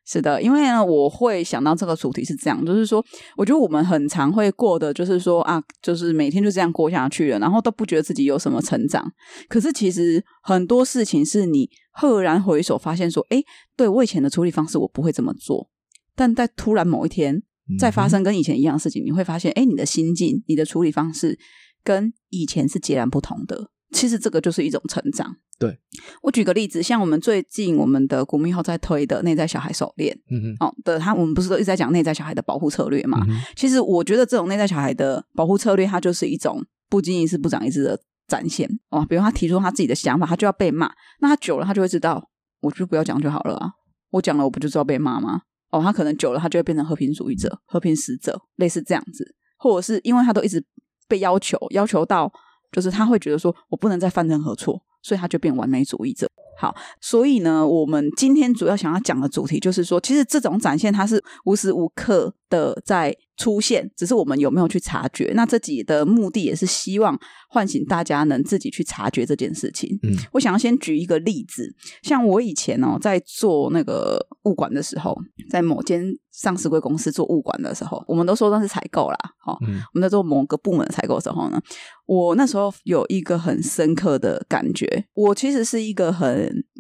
B: 是的，因为呢，我会想到这个主题是这样，就是说，我觉得我们很常会过的，就是说啊，就是每天就这样过下去了，然后都不觉得自己有什么成长。可是其实很多事情是你赫然回首发现说，诶，对我以前的处理方式我不会这么做，但在突然某一天
A: 嗯
B: 再发生跟以前一样的事情，你会发现，诶，你的心境、你的处理方式跟以前是截然不同的。其实这个就是一种成长。
A: 对，
B: 我举个例子，像我们最近我们的古密后在推的内在小孩手链，
A: 嗯哼，
B: 哦的，他我们不是都一直在讲内在小孩的保护策略嘛？
A: 嗯哼
B: 其实我觉得这种内在小孩的保护策略，它就是一种不经一事不长一智的展现哦。比如他提出他自己的想法，他就要被骂，那他久了他就会知道，我就不要讲就好了啊，我讲了我不就知道被骂吗？哦，他可能久了他就会变成和平主义者、和平使者，类似这样子，或者是因为他都一直被要求，要求到就是他会觉得说我不能再犯任何错，所以他就变完美主义者。好，所以呢，我们今天主要想要讲的主题就是说，其实这种展现它是无时无刻的在出现，只是我们有没有去察觉。那这集的目的也是希望唤醒大家能自己去察觉这件事情。
A: 嗯，
B: 我想要先举一个例子，像我以前哦，在做那个物管的时候，在某间上市贵公司做物管的时候，我们都说那是采购啦，哦，
A: 嗯
B: 我们在做某个部门的采购的时候呢，我那时候有一个很深刻的感觉，我其实是一个很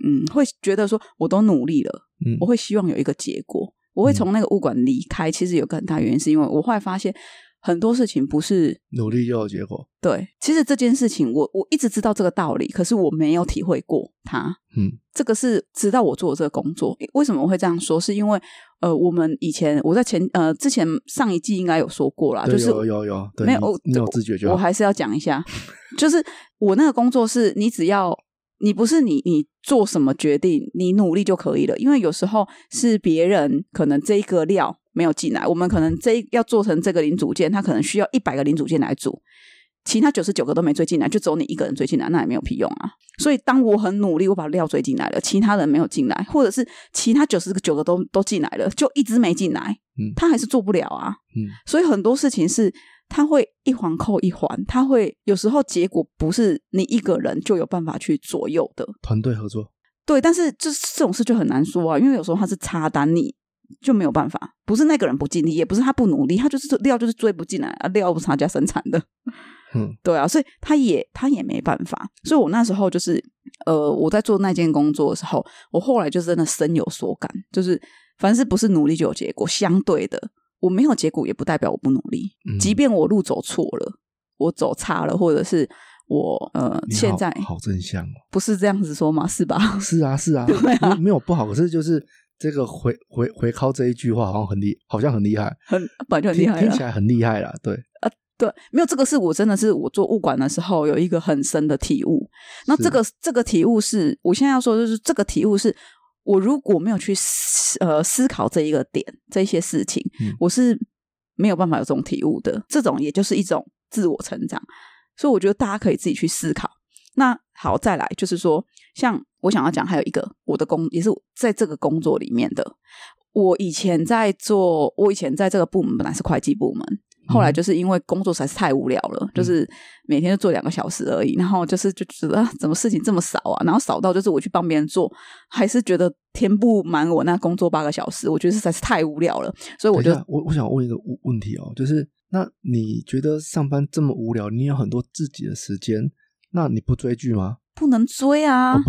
B: 嗯，会觉得说我都努力了，
A: 嗯
B: 我会希望有一个结果，我会从那个物管离开。其实有个很大原因是因为我后来发现很多事情不是
A: 努力就有结果。
B: 对，其实这件事情我我一直知道这个道理，可是我没有体会过它。
A: 嗯，
B: 这个是直到我做这个工作，为什么我会这样说？是因为呃，我们以前我在前呃之前上一季应该有说过啦，
A: 对
B: 就是
A: 有有有，对
B: 没有
A: 你
B: 我
A: 你有自觉就
B: 我
A: 好。
B: 还是要讲一下，就是我那个工作是你只要你不是你你做什么决定，你努力就可以了，因为有时候是别人可能这一个料没有进来，我们可能这一要做成这个零组件，它可能需要一百个零组件来组。其他九十九个都没追进来，就只有你一个人追进来，那也没有屁用啊。所以，当我很努力，我把料追进来了，其他人没有进来，或者是其他九十九个都都进来了，就一只没进来，
A: 嗯
B: 他还是做不了啊。
A: 嗯
B: 所以很多事情是它会一环扣一环，它会有时候结果不是你一个人就有办法去左右的。
A: 团队合作，
B: 对，但是就是这种事就很难说啊，因为有时候它是插单你。就没有办法，不是那个人不尽力，也不是他不努力，他就是料就是追不进来啊，料不是他家生产的，
A: 嗯
B: 对啊，所以他也他也没办法。所以我那时候就是，呃，我在做那件工作的时候，我后来就真的深有所感，就是凡是不是努力就有结果，相对的，我没有结果也不代表我不努力，
A: 嗯，
B: 即便我路走错了，我走差了，或者是我呃
A: 嗯你好
B: 现在
A: 好正向哦。
B: 不是这样子说嘛，是吧？ 啊
A: 是啊是啊，没有没有不好，可是就是这个回回回靠这一句话好像很厉，好像很厉害，
B: 很本来就很厉
A: 听
B: 害
A: 听
B: 了
A: 起。来很厉害啦，对，
B: 对，没有这个是我真的是我做物管的时候有一个很深的体悟。那
A: 是
B: 这个这个体悟是我现在要说，就是这个体悟是我如果没有去思呃思考这一个点这些事情，
A: 嗯
B: 我是没有办法有这种体悟的。这种也就是一种自我成长，所以我觉得大家可以自己去思考。那好，再来就是说，像我想要讲还有一个我的工也是在这个工作里面的。我以前在做，我以前在这个部门本来是会计部门，
A: 嗯
B: 后来就是因为工作实在是太无聊了，就是每天就做两个小时而已，然后就是就觉得、啊、怎么事情这么少啊，然后少到就是我去帮别人做，还是觉得填不满我那工作八个小时，我觉得实在是太无聊了，所以我
A: 等一
B: 就
A: 下我我想问一个问问题哦，就是那你觉得上班这么无聊，你有很多自己的时间，那你不追剧吗？
B: 不能追
A: 哦
B: 啊，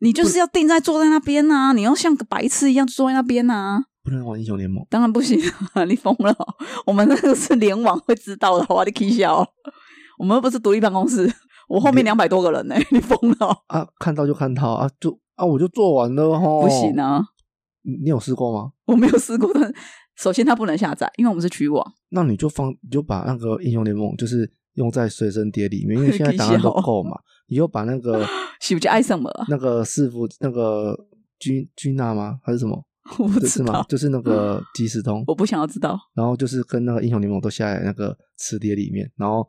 B: 你就是要定在坐在那边啊，你要像个白痴一样坐在那边啊。
A: 不能玩英雄联盟？
B: 当然不行啊！ 你疯了哦、我们那个是联网会知道的，好吧？你 K 笑哦，我们又不是独立办公室，我后面两百多个人呢、 你疯了哦、
A: 啊，看到就看到啊，就啊，我就做完了吼。
B: 不行啊！
A: 你，你有试过吗？
B: 我没有试过但首先它不能下载，因为我们是区网，
A: 那你就放，你就把那个英雄联盟就是用在随身碟里面，因为现在档案都够嘛，你就把那 个
B: 是不是爱上我啊？
A: 那个师傅那个君君娜吗？还是什么？
B: 我不
A: 是
B: 知
A: 是吗
B: 道？，
A: 就是那 个即时通，
B: 我不想要知道。
A: 然后就是跟那个英雄联盟都下在那个磁碟里面，然后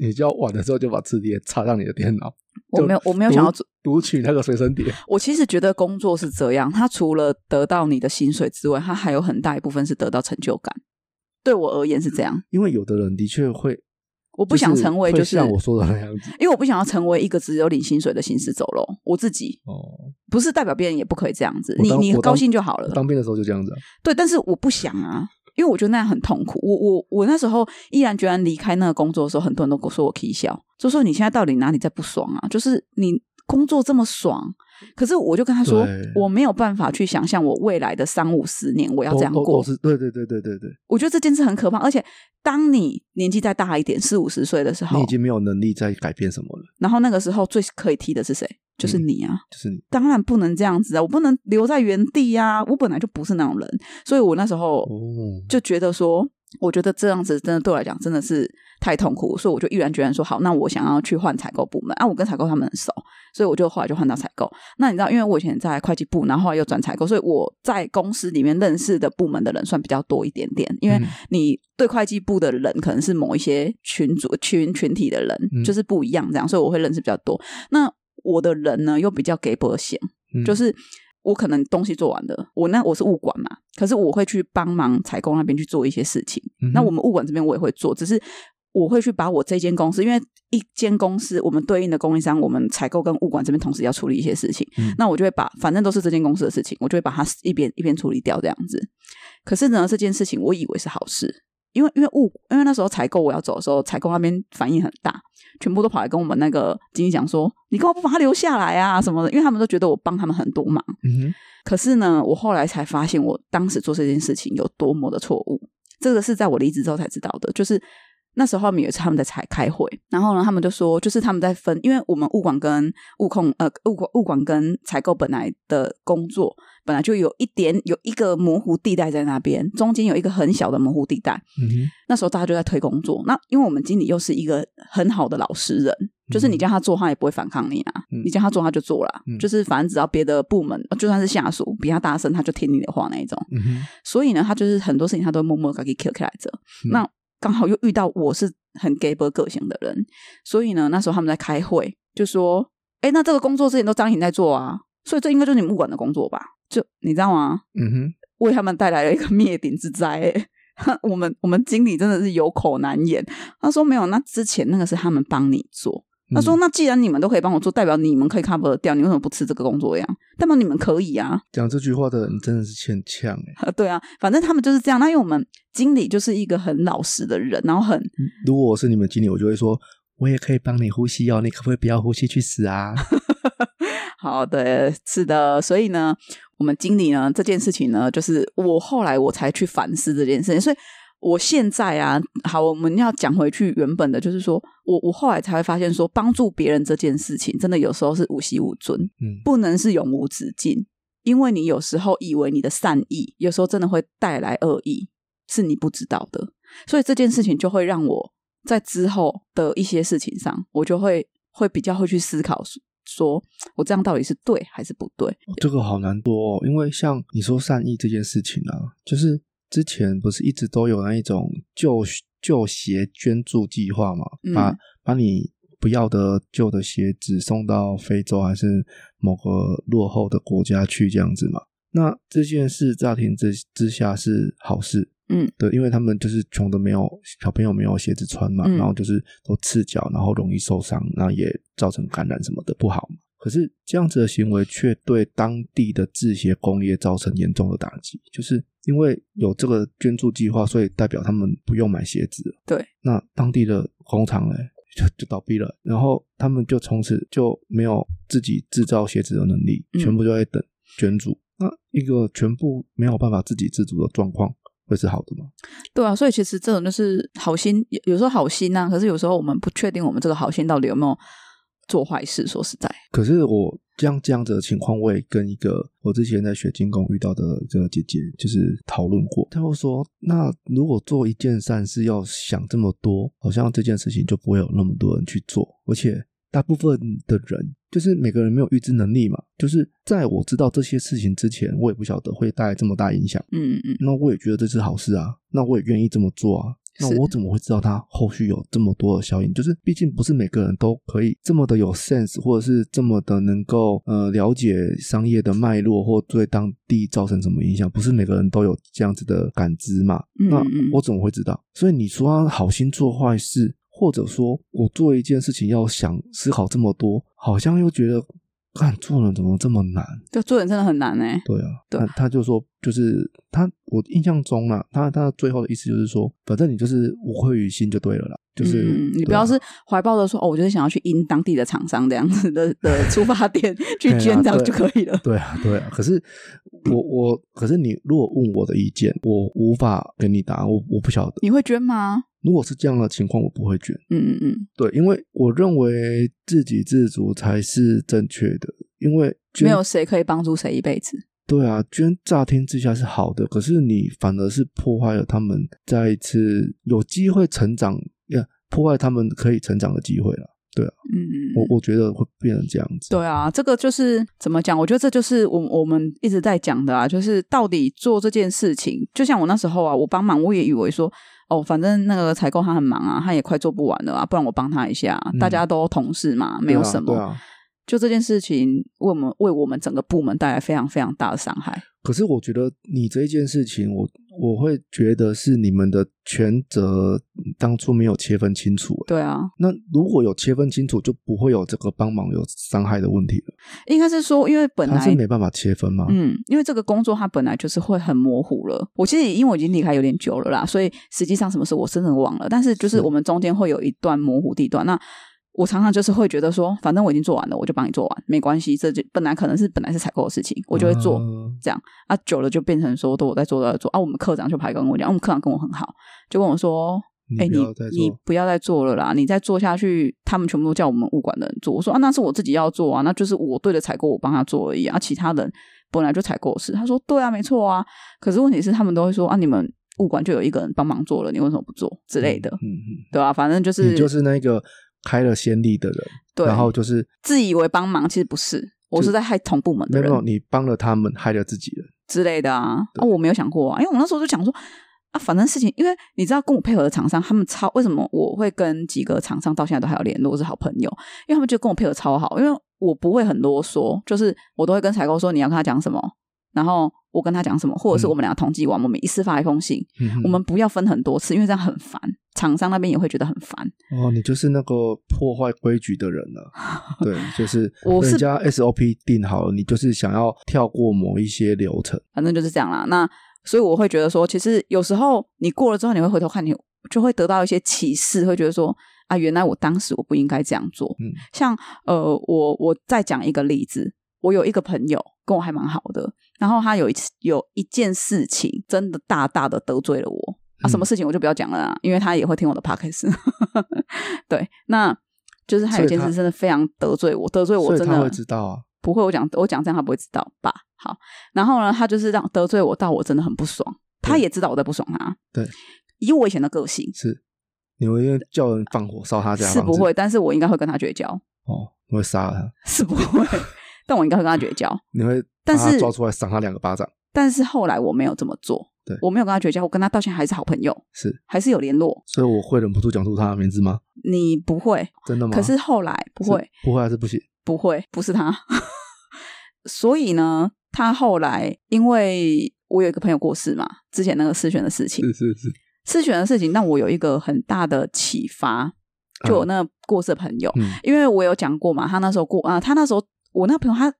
A: 你你就要玩的时候就把磁碟插上你的电脑，
B: 我没有，我没有
A: 读
B: 想要做。
A: 读取那个随身碟。
B: 我其实觉得工作是这样，它除了得到你的薪水之外，它还有很大一部分是得到成就感。对我而言是这样，
A: 因为有的人的确会，
B: 我不想成为
A: 就
B: 就是
A: 会像我说的那样子
B: 因为我不想要成为一个只有领薪水的行尸走肉。我自己
A: 哦。
B: 不是代表别人也不可以这样子，
A: 我
B: 你
A: 当
B: 你
A: 我当
B: 高兴就好了
A: 我。当兵的时候就这样子啊、
B: 对，但是我不想啊，因为我觉得那样很痛苦。我我我那时候毅然决然离开那个工作的时候，很多人都跟我说我 K 笑，就说你现在到底哪里在不爽啊？就是你工作这么爽，可是我就跟他说
A: 对，
B: 我没有办法去想象我未来的三五十年我要这样
A: 都都都。
B: 过
A: 是对对对对对对，
B: 我觉得这件事很可怕，而且当你年纪再大一点，四五十岁的时候
A: 你已，经没有能力再改变什么了，
B: 然后那个时候最可以踢的是谁？就是
A: 嗯
B: 你啊！
A: 就是你
B: 当然不能这样子啊，我不能留在原地啊，我本来就不是那种人，所以我那时候
A: 哦，
B: 就觉得说，我觉得这样子真的对我来讲真的是太痛苦，所以我就毅然决然说好，那我想要去换采购部门啊。我跟采购他们很熟，所以我就后来就换到采购。那你知道，因为我以前在会计部，然后后来又转采购，所以我在公司里面认识的部门的人算比较多一点点。因为
A: 嗯
B: 你对会计部的人可能是某一些群组群群体的人，
A: 嗯
B: 就是不一样这样，所以我会认识比较多。那我的人呢，又比较给波险。
A: 嗯
B: 就是我可能东西做完了，我那我是物管嘛，可是我会去帮忙采购那边去做一些事情。
A: 嗯哼
B: 那我们物管这边我也会做，只是我会去把我这间公司，因为一间公司我们对应的供应商，我们采购跟物管这边同时要处理一些事情，
A: 嗯
B: 那我就会把反正都是这间公司的事情，我就会把它一边一边处理掉这样子。可是呢，这件事情我以为是好事，因为因为物因为那时候采购我要走的时候，采购那边反应很大，全部都跑来跟我们那个经理讲说：“你干嘛不把他留下来啊？什么的？”因为他们都觉得我帮他们很多忙。
A: 嗯哼
B: 可是呢，我后来才发现，我当时做这件事情有多么的错误。这个是在我离职之后才知道的，就是那时候他们有一次他们在才开会，然后呢，他们就说，就是他们在分，因为我们物管跟物控呃物管物管跟采购本来的工作本来就有一点有一个模糊地带在那边，中间有一个很小的模糊地带。
A: 嗯哼
B: 那时候大家就在推工作，那因为我们经理又是一个很好的老实人，就是你叫他做，他也不会反抗你啊；
A: 嗯
B: 你叫他做，他就做啦。
A: 嗯
B: 就是反正只要别的部门，呃就算是下属比他大声，他就听你的话那一种。
A: 嗯哼
B: 所以呢，他就是很多事情他都会默默的给 Q 起来着。
A: 嗯
B: 那刚好又遇到我是很 gay 波个性的人，所以呢，那时候他们在开会，就说：“哎，那这个工作之前都张颖在做啊，所以这应该就是你们物管的工作吧？”就你知道吗？
A: 嗯哼，
B: 为他们带来了一个灭顶之灾、 欸。我们我们经理真的是有口难言，他说没有，那之前那个是他们帮你做。他说：“
A: 嗯
B: 那既然你们都可以帮我做，代表你们可以 cover 得掉，你为什么不吃这个工作量？代表你们可以啊，
A: 讲这句话的人真的是欠呛哎，
B: 对啊，反正他们就是这样。那因为我们经理就是一个很老实的人，然后很
A: 如果我是你们经理，我就会说。我也可以帮你呼吸哦，你可不可以不要呼吸去死啊？
B: 好的，是的，所以呢，我们经理呢这件事情呢，就是我后来我才去反思这件事情，所以我现在啊，好，我们要讲回去原本的，就是说我我后来才会发现说，帮助别人这件事情，真的有时候是无息无尊，
A: 嗯，
B: 不能是永无止境。因为你有时候以为你的善意，有时候真的会带来恶意，是你不知道的。所以这件事情就会让我在之后的一些事情上，我就会会比较会去思考说，说我这样到底是对还是不对？
A: 哦这个好难做哦，因为像你说善意这件事情啊，就是之前不是一直都有那一种旧旧鞋捐助计划嘛，
B: 嗯
A: 把把你不要的旧的鞋子送到非洲还是某个落后的国家去这样子嘛。那这件事乍听之之下是好事，
B: 嗯，
A: 对，因为他们就是穷的没有小朋友没有鞋子穿嘛，
B: 嗯
A: 然后就是都赤脚，然后容易受伤，然后也造成感染什么的不好嘛。可是这样子的行为却对当地的制鞋工业造成严重的打击，就是因为有这个捐助计划，所以代表他们不用买鞋子了。
B: 对，
A: 那当地的工厂嘞就就倒闭了，然后他们就从此就没有自己制造鞋子的能力，
B: 嗯
A: 全部就会等捐助。那一个全部没有办法自给自足的状况，会是好的吗？
B: 对啊，所以其实这种就是好心，有有时候好心啊，可是有时候我们不确定我们这个好心到底有没有做坏事。说实在，
A: 可是我这样这样子的情况，我也跟一个我之前在学精工遇到的一个姐姐就是讨论过，她会说，那如果做一件善事要想这么多，好像这件事情就不会有那么多人去做，而且大部分的人就是每个人没有预知能力嘛，就是在我知道这些事情之前，我也不晓得会带来这么大影响，
B: 嗯嗯，
A: 那我也觉得这是好事啊，那我也愿意这么做啊。那
B: 是
A: 我怎么会知道它后续有这么多的效应？就是毕竟不是每个人都可以这么的有 sense，或者是这么的能够呃了解商业的脉络或对当地造成什么影响，不是每个人都有这样子的感知嘛。
B: 嗯
A: 那
B: 嗯
A: 我怎么会知道？所以你说他好心做坏事，或者说我做一件事情要想思考这么多，好像又觉得，看做人怎么这么难？
B: 就做人真的很难哎、
A: 对啊，
B: 对
A: 他他就说，就是他，我印象中啊，他他最后的意思就是说，反正你就是无愧于心就对了啦，就是、
B: 嗯嗯嗯你不
A: 对啊
B: 要是怀抱着说哦，我就是想要去赢当地的厂商这样子的的出发点去
A: 对啊
B: 捐赠
A: 对
B: 就可以了。
A: 对啊对啊。可是我我可是你如果问我的意见，我无法给你答案，我我不晓得。
B: 你会捐 吗？
A: 如果是这样的情况，我不会捐。
B: 嗯嗯嗯，
A: 对，因为我认为自给自足才是正确的，因为
B: 没
A: 捐
B: 有谁可以帮助谁一辈子。
A: 对啊，捐乍听之下是好的，可是你反而是破坏了他们再一次有机会成长，呀，破坏他们可以成长的机会了。
B: 嗯嗯，嗯
A: 我我觉得会变成这样子。
B: 对啊，这个就是怎么讲？我觉得这就是我我们一直在讲的啊，就是到底做这件事情，就像我那时候啊，我帮忙，我也以为说，哦，反正那个采购他很忙啊，他也快做不完了啊，不然我帮他一下，
A: 嗯
B: 大家都同事嘛，没有什么。
A: 对啊。对啊
B: 就这件事情，为我们为我们整个部门带来非常非常大的伤害。
A: 可是我觉得你这一件事情，我我会觉得是你们的权责当初没有切分清楚、欸
B: 对啊，
A: 那如果有切分清楚，就不会有这个帮忙有伤害的问题了。
B: 应该是说，因为本
A: 他
B: 来
A: 是没啊办法切分吗？
B: 嗯，因为这个工作它本来就是会很模糊了。我其实因为我已经离开有点久了啦，所以实际上什么事我真的忘了。但是就是
A: 是
B: 我们中间会有一段模糊地段，那我常常就是会觉得说，反正我已经做完了，我就帮你做完，没关系。这就本来可能是本来是采购的事情，我就会做。
A: 嗯
B: 这样啊，久了就变成说，都我在做，都在做啊。我们科长就跑来跟我讲，啊我们科长跟我很好，就跟我说，哎、
A: 你不
B: 你
A: 要再
B: 你
A: 做。
B: 不要再做了啦！你再做下去，他们全部都叫我们物管的人做。我说啊，那是我自己要做啊，那就是我对着采购我帮他做而已啊，其他人本来就采购的事。他说对啊，没错啊。可是问题是，他们都会说啊，你们物管就有一个人帮忙做了，你为什么不做之类的，
A: 嗯嗯，
B: 对啊，反正就是
A: 你就是那个开了先例的人，
B: 对，
A: 然后就是
B: 自以为帮忙，其实不是，我是在害同部门
A: 没有
B: 的
A: 没有，
B: 人
A: 你帮了他们，害了自己人。
B: 之类的啊。啊，我没有想过啊，因为我那时候就想说。啊，反正事情，因为你知道，跟我配合的厂商，他们超为什么我会跟几个厂商到现在都还有联络，是好朋友，因为他们就跟我配合超好，因为我不会很啰嗦，就是我都会跟采购说你要跟他讲什么，然后我跟他讲什么，或者是
A: 嗯
B: 我们俩统计完，我们一次发一封信，
A: 嗯哼
B: 我们不要分很多次，因为这样很烦，厂商那边也会觉得很烦。
A: 哦，你就是那个破坏规矩的人了。 对，就是
B: 我是
A: 人家 SOP 定好了，你就是想要跳过某一些流程。
B: 反正就是这样啦。那所以我会觉得说，其实有时候你过了之后，你会回头看你，就会得到一些启示，会觉得说啊，原来我当时我不应该这样做。
A: 嗯，
B: 像呃，我我再讲一个例子，我有一个朋友跟我还蛮好的，然后他有一次有一件事情真的大大的得罪了我。
A: 嗯
B: 啊，什么事情我就不要讲了啦，因为他也会听我的 podcast。对，那就是他有一件
A: 所以他
B: 事真的非常得罪我，得罪我
A: 所以
B: 真
A: 他
B: 的
A: 会知道啊。
B: 不会，我讲我讲这样他不会知道吧？好，然后呢，他就是让得罪我到我真的很不爽，他也知道我在不爽他。
A: 对，
B: 以我以前的个性
A: 是，你会因为叫人放火烧他家
B: 是
A: 房
B: 不
A: 子
B: 会，但是我应该会跟他绝交，
A: 哦，你会杀了他，
B: 是不会，但我应该会跟他绝交。
A: 你会把
B: 但
A: 他
B: 是
A: 抓出来赏他两个巴掌，
B: 但是后来我没有这么做，
A: 对
B: 我没有跟他绝交，我跟他到现在还是好朋友，
A: 是，
B: 还是有联络。
A: 所以我会忍不住讲出他的名字吗？
B: 你不会，
A: 真的吗？
B: 可是后来不
A: 是
B: 会，
A: 不会还是不 行，
B: 不会，不是他。 所以呢，他后来因为我有一个朋友过世嘛，之前那个试选的事情，
A: 是是，
B: 试选的事情让我有一个很大的启发，就
A: 啊
B: 我那个过世的朋友，
A: 嗯
B: 因为我有讲过嘛，他那时候过啊、他那时候我那朋友他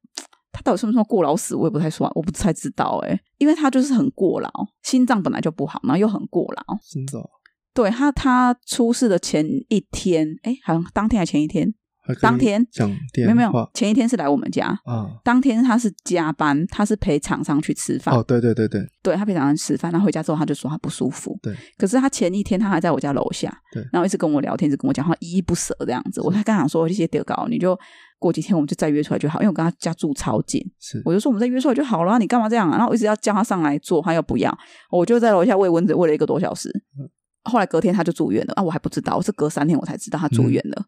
B: 他到底算不算过劳死，我也不太算，我不太知道哎、因为他就是很过劳，心脏本来就不好，然后又很过劳，
A: 真的哦，
B: 对他他出事的前一天，哎，好像当天还前一天，
A: 还可以
B: 当天
A: 讲电
B: 没有没有
A: 话，
B: 前一天是来我们家。
A: 啊，
B: 当天他是加班，他是陪厂商去吃饭，
A: 哦，对对对对，
B: 对他陪厂商吃饭，然后回家之后他就说他不舒服，
A: 对，
B: 可是他前一天他还在我家楼下，
A: 对
B: 然后一直跟我聊天，一直跟我讲话，依依不舍这样子。我才跟他讲说，这些得高，你就过几天我们就再约出来就好，因为我跟他家住超近，
A: 是
B: 我就说我们再约出来就好了啊，你干嘛这样啊？然后我一直要叫他上来做，他又不要，我就在楼下喂蚊子，喂了一个多小时。
A: 嗯
B: 后来隔天他就住院了啊，我还不知道，我是隔三天我才知道他住院
A: 嗯
B: 了。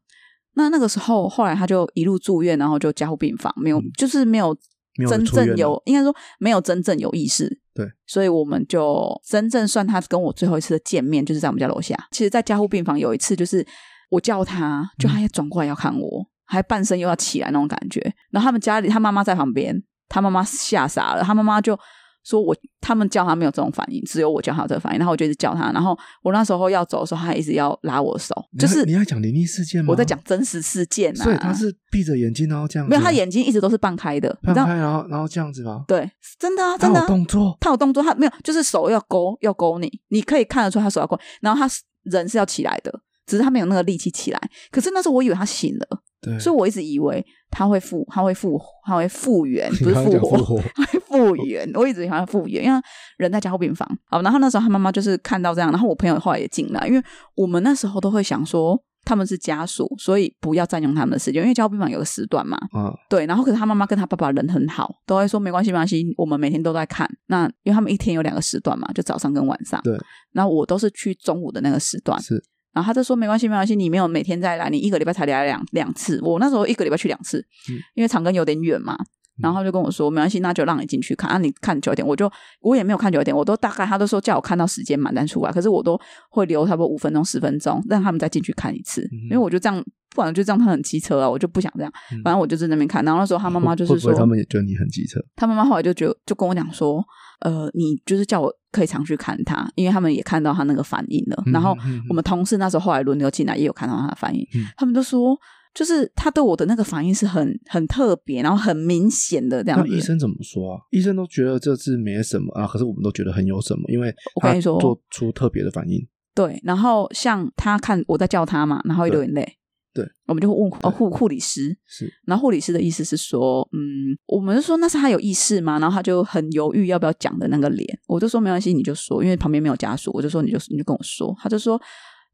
B: 那那个时候，后来他就一路住院，然后就加护病房，没有，就是没有
A: 嗯没有
B: 真
A: 出院
B: 正
A: 了
B: 有，应该说没有真正有意识。
A: 对，
B: 所以我们就真正算他跟我最后一次的见面，就是在我们家楼下。其实，在加护病房有一次，就是我叫
A: 嗯
B: 他，就他也转过来要看我，还半身又要起来那种感觉。然后他们家里，他妈妈在旁边，他妈妈吓傻了，他妈妈就。说我他们叫他没有这种反应，只有我叫他有这个反应，然后我就一直叫他，然后我那时候要走的时候，他还一直要拉我的手，
A: 你
B: 就
A: 在
B: 是
A: 你要讲灵异事件吗？
B: 我在讲真实事件啊，
A: 所以他是闭着眼睛，然后这样子吗，
B: 没有，他眼睛一直都是半开的，你
A: 放
B: 知道？
A: 开，然后然后这样子吗？
B: 对，真的啊，
A: 他
B: 真的、
A: 有
B: 啊。
A: 动作，
B: 他有动作，他没有，就是手要勾，要勾你，你可以看得出他手要勾，然后他人是要起来的，只是他没有那个力气起来。可是那时候我以为他醒了，
A: 对，
B: 所以我一直以为他会复，他会复，他会复原，不是
A: 你刚刚讲
B: 活，
A: 复活
B: 他会 复原。我一直以为他复原，因为人在加护病房。好，然后那时候他妈妈就是看到这样，然后我朋友后来也进来，因为我们那时候都会想说他们是家属，所以不要占用他们的时间，因为加护病房有个时段嘛，
A: 啊，
B: 对，然后可是他妈妈跟他爸爸人很好，都会说没关系没关系，我们每天都在看。那因为他们一天有两个时段嘛，就早上跟晚上。
A: 对，
B: 然后我都是去中午的那个时段，
A: 是
B: 然后他就说没关系没关系，你没有每天再来，你一个礼拜才来两两次。我那时候一个礼拜去两次，
A: 嗯
B: 因为长庚有点远嘛。然后他就跟我说没关系，那就让你进去看啊。你看九点，我就我也没有看九点，我都大概他都说叫我看到时间满单出来，可是我都会留差不多五分钟十分钟，让他们再进去看一次，
A: 嗯哼
B: 因为我就这样，不然就这样他很机车啊，我就不想这样
A: 嗯。
B: 反正我就在那边看，然后那时候他妈妈就是
A: 会不
B: 说，
A: 会他们也觉得你很机车，
B: 他妈妈后来就觉得就跟我讲说，呃，你就是叫我可以常去看他，因为他们也看到他那个反应了。 然后
A: 嗯嗯嗯
B: 我们同事那时候后来轮流进来，也有看到他的反应，
A: 嗯
B: 他们都说。就是他对我的那个反应是很很特别，然后很明显的这样
A: 那
B: 子。
A: 医生怎么说啊？医生都觉得这次没什么啊，可是我们都觉得很有什么，因为
B: 我
A: 他
B: 跟你说
A: 做出特别的反应，
B: 对，然后像他看我在叫他嘛，然后会流眼泪。
A: 对，
B: 我们就问
A: 对
B: 哦护护理师，
A: 是
B: 然后护理师的意思是说，嗯，我们就说那是他有意识吗？然后他就很犹豫要不要讲的那个脸，我就说没关系，你就说，因为旁边没有家属，我就说你就你就跟我说，他就说。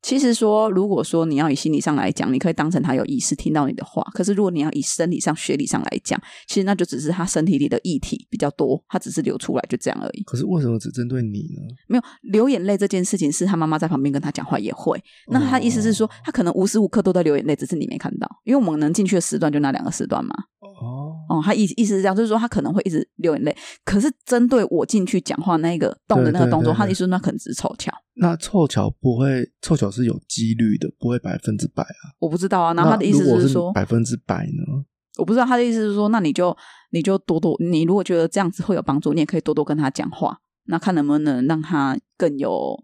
B: 其实说，如果说你要以心理上来讲，你可以当成他有意识听到你的话；可是如果你要以生理上、学理上来讲，其实那就只是他身体里的液体比较多，他只是流出来就这样而已。
A: 可是为什么只针对你呢？
B: 没有流眼泪这件事情，是他妈妈在旁边跟他讲话也会。那他意思是说
A: 哦，
B: 他可能无时无刻都在流眼泪，只是你没看到，因为我们能进去的时段就那两个时段嘛。
A: 哦，
B: 哦，他意意思是这样，就是说他可能会一直流眼泪，可是针对我进去讲话那个动的那个
A: 对对
B: 动作，
A: 对
B: 他
A: 对
B: 意思说那可能只是凑巧，
A: 那凑巧不会，凑巧是有几率的，不会百分之百啊。
B: 我不知道啊。然后他的意思
A: 那如果是
B: 说，
A: 百分之百呢？
B: 我不知道他的意思是说，那你就你就多多，你如果觉得这样子会有帮助，你也可以多多跟他讲话，那看能不能让他更有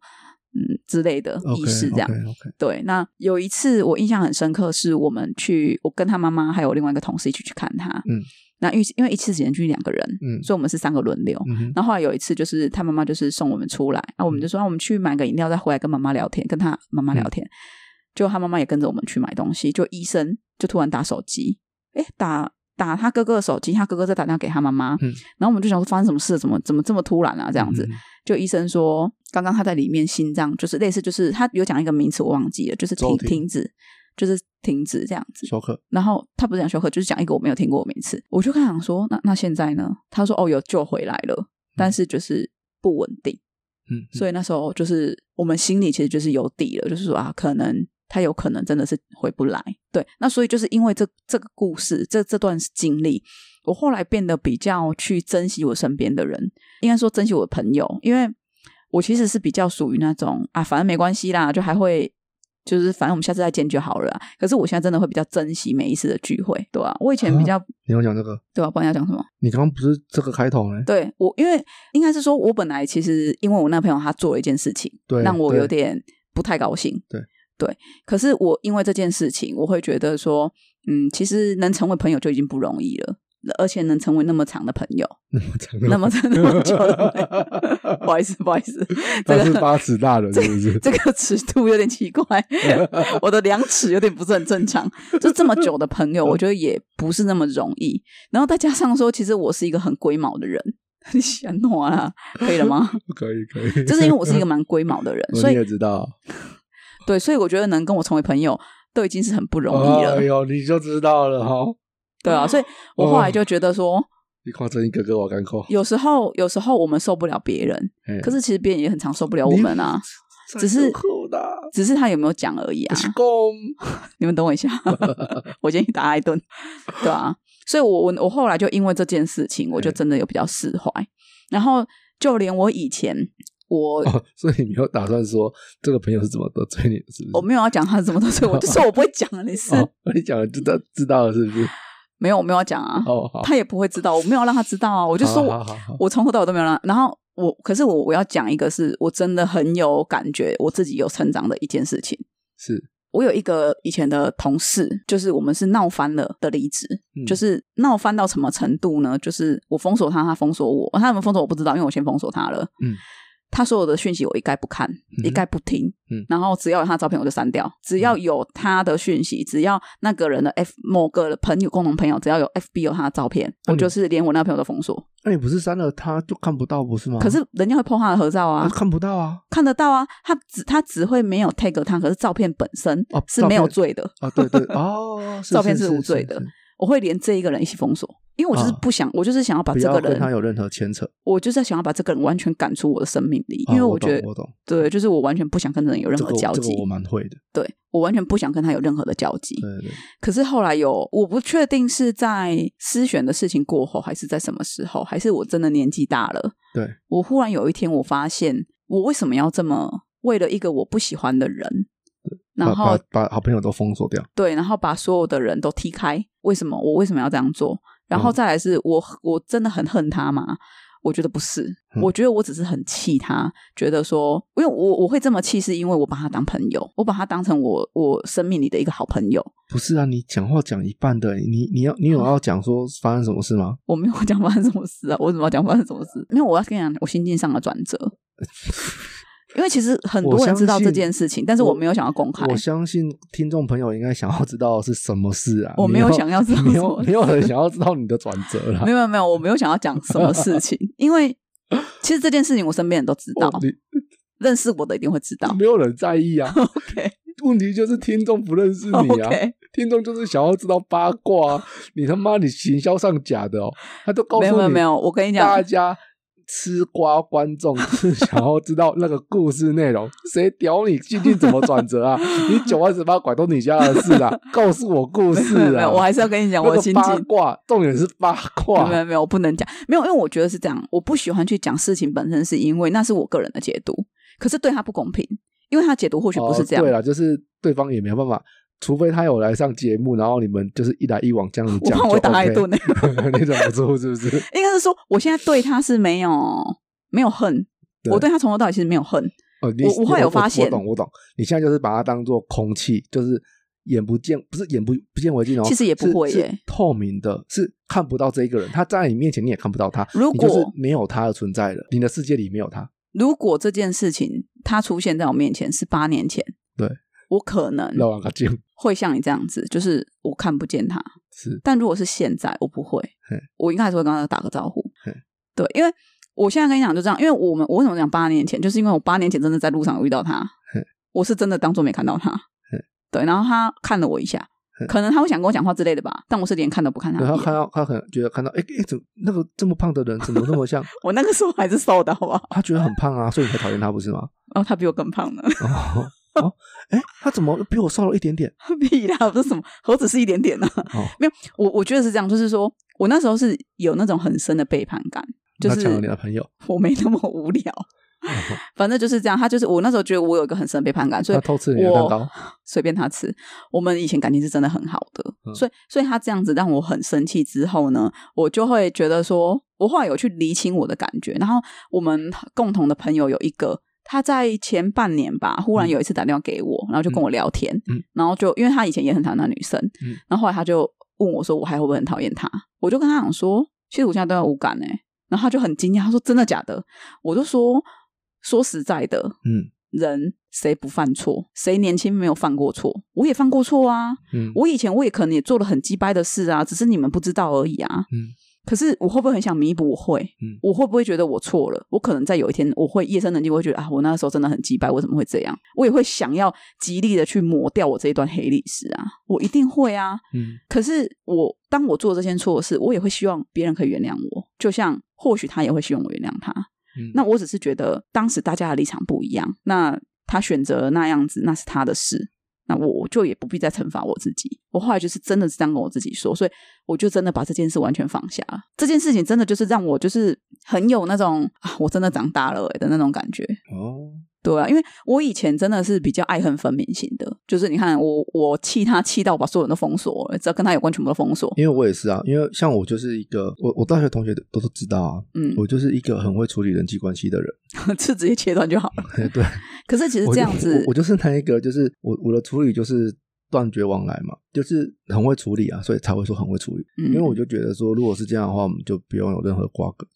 B: 嗯之类的意识这样。
A: OK OK，
B: 对，那有一次我印象很深刻，是我们去，我跟他妈妈还有另外一个同事一起去看他。
A: 嗯，
B: 那因为因为一次只能去两个人，
A: 嗯
B: 所以我们是三个轮流。
A: 嗯哼，
B: 然后后来有一次，就是他妈妈就是送我们出来，那我
A: 嗯
B: 们就说、啊我们去买个饮料，再回来跟妈妈聊天，跟他妈妈聊天。就他妈妈也跟着我们去买东西，就医生就突然打手机，诶，打打他哥哥的手机，他哥哥在打电话给他妈妈。
A: 嗯
B: 然后我们就想说发生什么事，怎么怎么这么突然啊？这样子，
A: 嗯
B: 就医生说，刚刚他在里面心脏就是类似，就是他有讲一个名词我忘记了，就是
A: 骤
B: 停
A: 停
B: 停止，就是停止这样子。
A: 休克，
B: 然后他不是讲休克，就是讲一个我没有听过的名词。我就跟他讲说，那那现在呢？他说哦，有救回来了，但是就是不稳定。
A: 嗯，
B: 所以那时候就是我们心里其实就是有底了，就是说啊，可能他有可能真的是回不来。对，那所以就是因为这这个故事，这这段经历，我后来变得比较去珍惜我身边的人，应该说珍惜我的朋友，因为我其实是比较属于那种啊，反正没关系啦，就还会。就是反正我们下次再见就好了啊、可是我现在真的会比较珍惜每一次的聚会，对啊？我以前比较、
A: 你要讲这个，
B: 对啊？不然要讲什么？
A: 你刚刚不是这个开头呢？
B: 对我，因为应该是说，我本来其实因为我那朋友他做了一件事情，
A: 对
B: 让我
A: 对
B: 有点不太高兴。
A: 对
B: 对，可是我因为这件事情，我会觉得说，嗯，其实能成为朋友就已经不容易了，而且能成为那么长的朋 友，
A: 那么长的，
B: 那么那么久的朋友， 不好意思，不好意 思，这
A: 他是
B: 个
A: 八尺大人是不是？
B: 这个尺度有点奇怪， 我的量尺有点不是很正常。 就这么久的朋友，我觉得也不是那么容易。然后再加上说，其实我是一个很龟毛的人， 你想我啦，可以了吗？
A: 可以可以，
B: 就是因为我是一个蛮龟毛的人
A: ，我
B: 所以
A: 你也知道，
B: 对，所以我觉得能跟我成为朋友都已经是很不容易了
A: 哎。呦，你就知道了哈。
B: 对
A: 哎
B: 啊，所以我
A: 哦
B: 后来就觉得说，
A: 你看这一个个我干扣，
B: 有时候有时候我们受不了别人，
A: 哎
B: 可是其实别人也很常受不了我们啊。
A: 你
B: 只是
A: 太酷了
B: 只是他有没有讲而已
A: 我！
B: 啊
A: 是公，
B: 你们 等我一下，我先去打他一顿，对啊，所以我我我后来就因为这件事情，我就真的有比较释怀。然后就连我以前，我
A: 哦所以你没有打算说这个朋友是怎么得罪你的，是不
B: 我
A: 是？
B: 没有要讲他怎么都是，我就说我不会讲啊，你是
A: 哦，你讲了知道知道了是不是？
B: 没有我没有要讲啊，
A: 哦，好，
B: 他也不会知道，我没有让他知道啊，我就
A: 好
B: 说
A: 好
B: 我
A: 好好
B: 我从头到尾都没有让他。然后我，可是我我要讲一个是我真的很有感觉，我自己有成长的一件事情。
A: 是
B: 我有一个以前的同事，就是我们是闹翻了的离职，
A: 嗯
B: 就是闹翻到什么程度呢？就是我封锁他，他封锁我，他有没有封锁我不知道，因为我先封锁他了。
A: 嗯，
B: 他所有的讯息我一概不看，
A: 哼
B: 一概不听。
A: 嗯
B: 然后只要有他的照片我就删掉，只要有他的讯息，只要那个人的 F 某个朋友共同朋友，只要有 FB 有他的照片，
A: 那
B: 我
A: 你
B: 就是连我那朋友都封锁。
A: 那哎你不是删了他就看不到不是吗？
B: 可是人家会 po 他的合照啊
A: 啊。看不到啊
B: 看得到啊，他只他只会没有 tag 他，可是照片本身
A: 哦
B: 是没有
A: 照片
B: 罪的。
A: 啊对 对哦，是
B: 照片
A: 是
B: 是无罪的，我会连这一个人一起封锁，因为我就是
A: 啊
B: 不想，我就是想要把
A: 不
B: 这
A: 要
B: 个
A: 跟他
B: 人，
A: 有任何牵扯，
B: 我就是想要把这个人完全赶出我的生命里，
A: 啊
B: 因为
A: 我
B: 觉得
A: 懂我懂，
B: 对，就是我完全不想跟人有任
A: 这
B: 何
A: 个
B: 交
A: 这
B: 集，
A: 个我蛮会的，
B: 对我完全不想跟他有任何的交集。
A: 对对，对
B: 可是后来有，我不确定是在思璇的事情过后，还是在什么时候，还是我真的年纪大了，
A: 对
B: 我忽然有一天，我发现我为什么要这么为了一个我不喜欢的人，然
A: 把
B: 后
A: 把把好朋友都封锁掉，
B: 对，然后把所有的人都踢开。为什么我为什么要这样做？然
A: 嗯
B: 后再来是我我真的很恨他吗？我觉得不是，
A: 嗯
B: 我觉得我只是很气他，觉得说，因为我我会这么气，是因为我把他当朋友，我把他当成我我生命里的一个好朋友。
A: 不是啊，你讲话讲一半的，你你要你有要讲说发生什么事吗？
B: 我没有讲发生什么事啊，我怎么要讲发生什么事？没有，我要跟你讲我心境上的转 折。因为其实很多
A: 我
B: 人
A: 相
B: 知道这
A: 信
B: 件事情，但是我
A: 我
B: 没有想要公开。
A: 我相信听众朋友应该想要知道是什么事啊，
B: 我
A: 你
B: 没有想要知道
A: 没
B: 什
A: 有
B: 么
A: 没有人想要知道你的转折啦
B: 没。有没有没有，我没有想要讲什么事 情，因为其实这件事情我身边人都知道
A: 哦，你
B: 认识我的一定会知道。，
A: 没有人在意啊
B: OK
A: 问题就是听众不认识你啊，
B: OK，
A: 听众就是想要知道八卦啊，你他妈你行销上假的哦，他都告
B: 没有没
A: 诉
B: 有
A: 你
B: 没有，我跟你讲
A: 大，家吃瓜观众是想要知道那个故事内容，谁屌你最近怎么转折 啊？你九万十八拐都你家的事啊，告诉我故事
B: 没有没
A: 啊！
B: 有，我还是要跟你讲
A: 那
B: 我
A: 个
B: 的心
A: 八
B: 境。
A: 卦，重点是八
B: 没有没
A: 卦。
B: 有没有，我不能讲，没有，因为我觉得是这样，我不喜欢去讲事情本身，是因为那是我个人的解读，可是对他不公平，因为他解读或许不是这
A: 哦
B: 样。
A: 对了，就是对方也没有办法，除非他有来上节目，然后你们就是一来一往这样子
B: 我
A: 讲
B: 怕
A: 就
B: 我
A: OK。
B: 打他一 顿呢，
A: 你忍不住是不是？
B: 应该是说我现在对他是没有没有恨，
A: 对
B: 我对他从头到尾其实没有恨，
A: 哦，你
B: 我我后来有发现
A: 我懂我懂，你现在就是把它当做空气，就是眼不见，不是眼不不见为净哦，
B: 其实也不
A: 是
B: 会
A: 是
B: 耶
A: 透明的，是看不到这一个人，他站在你面前你也看不到他，
B: 如
A: 你就是
B: 果
A: 没有他的存在了，你的世界里没有他，
B: 如果这件事情它出现在我面前是八年前，
A: 对
B: 我可能
A: 那我个见
B: 会像你这样子，就是我看不见他。
A: 是
B: 但如果是现在，我不会
A: 嘿，
B: 我应该还是会跟他打个招呼
A: 嘿。
B: 对，因为我现在跟你讲就这样，因为我们我为什么讲八年前，就是因为我八年前真的在路上遇到他
A: 嘿，
B: 我是真的当做没看到他
A: 嘿。
B: 对，然后他看了我一下，可能他会想跟我讲话之类的吧，但我是连看都不看他一
A: 然后
B: 眼。
A: 看到他可能觉得看到，哎、哎，怎么那个这么胖的人怎么那么像？
B: 我那个时候还是瘦的，好不好？
A: 他觉得很胖啊，所以你才讨厌他不是 吗？
B: 哦，他比我更胖呢，
A: 哦哦，哎、他怎么比我瘦了一点点？
B: 屁啦，这是什么？何止是一点点呢、
A: 哦
B: 没有，我我觉得是这样，就是说我那时候是有那种很深的背叛感，就
A: 他抢了你
B: 是
A: 的朋友，
B: 我没那么无聊，
A: 哦
B: 反正就是这样。他就是我那时候觉得我有一个很深的背叛感，所以
A: 他偷吃你的蛋糕
B: 我，随便他吃。我们以前感情是真的很好的，
A: 嗯
B: 所以所以他这样子让我很生气之后呢，我就会觉得说，我后来有去厘清我的感觉。然后我们共同的朋友有一个，他在前半年吧，忽然有一次打电话给我，然后就跟我聊天，
A: 嗯
B: 然后就因为他以前也很讨厌那女生，
A: 嗯
B: 然后后来他就问我说，我还会不会很讨厌他？我就跟他讲说，其实我现在对他无感哎、然后他就很惊讶，他说真的假的？我就说说实在的，
A: 嗯
B: 人谁不犯错？谁年轻没有犯过错？我也犯过错啊！
A: 嗯，
B: 我以前我也可能也做了很鸡掰的事啊，只是你们不知道而已啊。
A: 嗯，
B: 可是我会不会很想弥补？我会，
A: 嗯
B: 我会不会觉得我错了？我可能在有一天我会夜深人静，我会觉得啊，我那时候真的很鸡掰，我怎么会这样？我也会想要极力的去抹掉我这一段黑历史啊，我一定会啊。
A: 嗯
B: 可是我当我做这件错事，我也会希望别人可以原谅我，就像或许他也会希望我原谅他。
A: 嗯，
B: 那我只是觉得当时大家的立场不一样，那他选择那样子，那是他的事。那我我就也不必再惩罚我自己。我后来就是真的是这样跟我自己说，所以我就真的把这件事完全放下了。这件事情真的就是让我就是很有那种啊，我真的长大了、欸、的那种感觉。
A: 哦，
B: 对啊，因为我以前真的是比较爱恨分明型的，就是你看我我气他气到我把所有人都封锁了，只要跟他有关全部都封锁。
A: 因为我也是啊，因为像我就是一个，我我大学同学都都知道啊，
B: 嗯，
A: 我就是一个很会处理人际关系的人，
B: 是直接切断就好了。
A: 嘿 对，
B: 可是其实
A: 我
B: 这
A: 就
B: 样子
A: 我，我就是那一个，就是我我的处理就是断绝往来嘛，就是很会处理啊，所以才会说很会处理。因
B: 因
A: 为我就觉得说，如果是这样的话，我们就不用有任何瓜葛。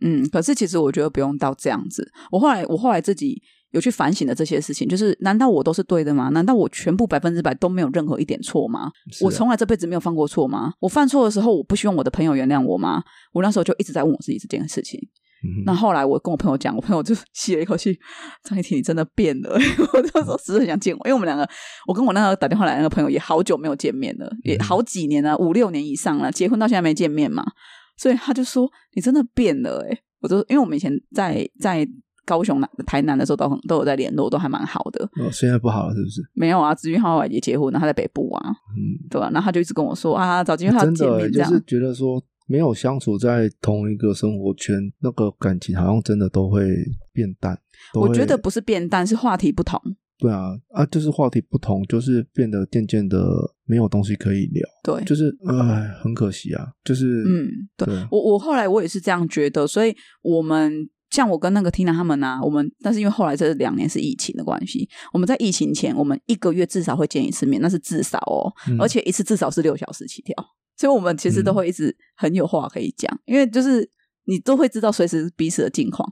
B: 嗯，可是其实我觉得不用到这样子。我后来我后来自己有去反省的这些事情，就是难道我都是对的吗？难道我全部百分之百都没有任何一点错吗？
A: 是啊
B: 我从来这辈子没有犯过错吗？我犯错的时候，我不希望我的朋友原谅我吗？我那时候就一直在问我自己这件事情。
A: 嗯
B: 那后来我跟我朋友讲，我朋友就 吸了一口气，张一婷你真的变了。 我就说只是很想见我，因为我们两个，我跟我那个打电话来的那个朋友也好久没有见面了，也
A: 嗯
B: 好几年了，五六年以上了，结婚到现在没见面嘛，所以他就说你真的变了哎、欸我就因为我们以前在在高雄南台南的时候都很都有在联络，都还蛮好的。
A: 哦，现在不好了，是不是？
B: 没有啊，子玉浩也结婚了，他在北部啊，
A: 嗯，
B: 对吧、然后他就一直跟我说啊，找机会要
A: 真
B: 见
A: 的欸
B: 面这
A: 就
B: 样。
A: 是觉得说，没有相处在同一个生活圈，那个感情好像真的都会变淡。都
B: 我觉
A: 会
B: 得不是变淡，是话题不同。
A: 对啊，啊，就是话题不同，就是变得渐渐的没有东西可以聊，
B: 对，
A: 就是唉，很可惜啊，就是
B: 嗯，对
A: 对
B: 我我后来我也是这样觉得，所以我们像我跟那个 Tina 他们啊，我们但是因为后来这两年是疫情的关系，我们在疫情前我们一个月至少会见一次面，那是至少哦，
A: 嗯
B: 而且一次至少是六小时起跳，所以我们其实都会一直很有话可以讲，因为就是你都会知道随时彼此的近况，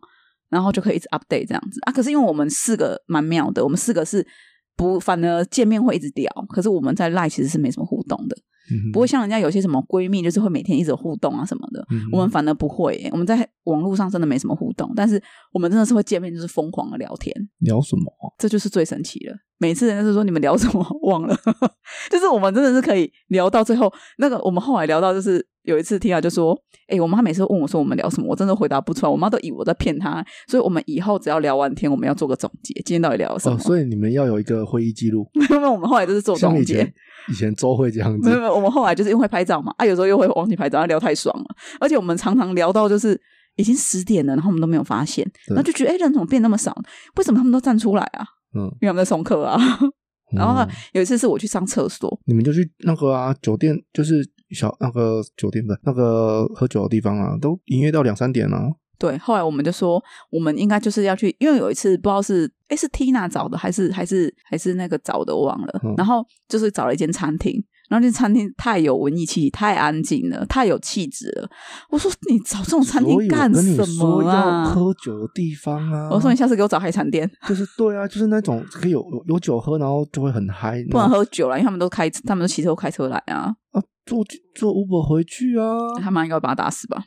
B: 然后就可以一直 update 这样子啊。可是因为我们四个蛮妙的，我们四个是。不，反而见面会一直聊，可是我们在 Line 其实是没什么互动的，
A: 嗯
B: 不会像人家有些什么闺蜜，就是会每天一直有互动啊什么的。
A: 嗯
B: 我们反而不会耶、我们在网络上真的没什么互动，但是我们真的是会见面就是疯狂的聊天，
A: 聊什么啊？
B: 这就是最神奇了。每次人家就说你们聊什么忘了， 就是我们真的是可以聊到最后。那个我们后来聊到就是有一次听到就说，哎、我妈每次都问我说我们聊什么，我真的回答不出来，我妈都以为我在骗她，所以我们以后只要聊完天，我们要做个总结，今天到底聊了什么？
A: 哦，所以你们要有一个会议记录，
B: 因为我们后来就是做
A: 像
B: 总
A: 以
B: 结
A: 前，以前周会这样
B: 没有没
A: 子，
B: 有，我们后来就是因为会拍照嘛，啊，有时候又会忘记拍照，啊聊太爽了，而且我们常常聊到就是已经十点了，然后我们都没有发现，
A: 对
B: 然后就觉得哎、人怎么变那么少？为什么他们都站出来啊？
A: 嗯，
B: 因为他们在上课啊。然后
A: 嗯
B: 有一次是我去上厕所，
A: 你们就去那个啊酒店，就是小那个酒店的那个喝酒的地方啊，都营业到两三点了、啊。
B: 对，后来我们就说我们应该就是要去，因为有一次不知道是哎是 Tina 找的还是还是还是那个找的我忘了，
A: 嗯
B: 然后就是找了一间餐厅。然后那间餐厅太有文艺气息，太安静了，太有气质了。我说你找这种餐
A: 所
B: 厅
A: 以
B: 干
A: 我跟你
B: 什
A: 说
B: 么
A: 要
B: 啊？
A: 喝酒的地方啊，
B: 我说你下次给我找海产店，
A: 就是对啊，就是那种可以有有有酒喝，然后就会很嗨，
B: 不能
A: 然后
B: 喝酒了，因为他们都开，他们都骑车开车来啊，
A: 啊，坐坐 Uber 回去啊。
B: 他们应该会把他打死吧？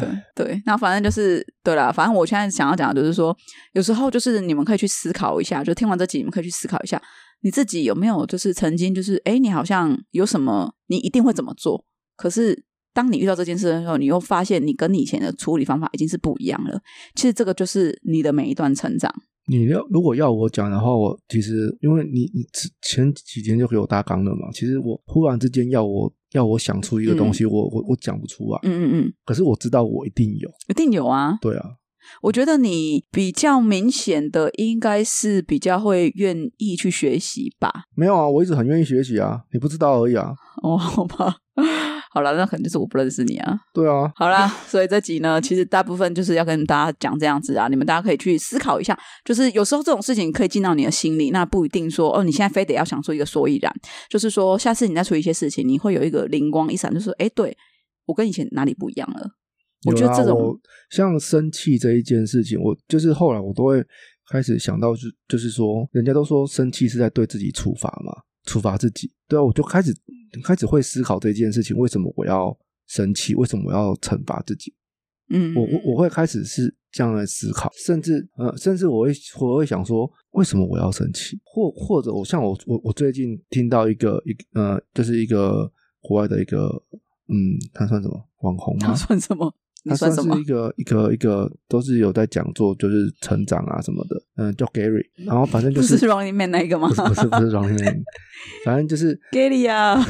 B: 对
A: 唉
B: 对，那反正就是对啦，反正我现在想要讲的就是说，有时候就是你们可以去思考一下，就听完这集你们可以去思考一下，你自己有没有就是曾经就是哎，诶你好像有什么你一定会怎么做，可是当你遇到这件事的时候，你又发现你跟你以前的处理方法已经是不一样了。其实这个就是你的每一段成长。
A: 你要如果要我讲的话，我其实因为你你之前几天就给我大纲了嘛，其实我忽然之间要我要我想出一个东西，我我我讲不出来，
B: 嗯嗯嗯，
A: 可是我知道我一定有，
B: 一定有啊。
A: 对啊，
B: 我觉得你比较明显的应该是比较会愿意去学习吧。
A: 没有啊，我一直很愿意学习啊，你不知道而已啊，
B: 哦， 好吧，好了，那可能就是我不认识你啊。
A: 对啊，
B: 好啦，所以这集呢，其实大部分就是要跟大家讲这样子啊，你们大家可以去思考一下，就是有时候这种事情可以进到你的心里，那不一定说哦，你现在非得要想出一个所以然，就是说下次你在处理一些事情，你会有一个灵光一闪，就说哎，对我跟以前哪里不一样了？我觉
A: 有
B: 得
A: 啦
B: 这种
A: 我像生气这一件事情，我就是后来我都会开始想到就，就是说，人家都说生气是在对自己处罚嘛，处罚自己。对啊，我就开始开始会思考这件事情，为什么我要生气？为什么我要惩罚自己？
B: 嗯，
A: 我我我会开始是这样来思考，甚至呃，甚至我会我会想说，为什么我要生气？或或者我像我我我最近听到一个一个呃，就是一个国外的一个嗯，他算什么网红
B: 他
A: 吗？
B: 算什么？你
A: 他算
B: 什么
A: 是一？个一个一个都是有在讲座，就是成长啊什么的。嗯，叫 Gary，然后反正就
B: 不
A: 是
B: 是 Running Man 那一个吗
A: 不是不是不是 Running Man，反正就是
B: Gary 啊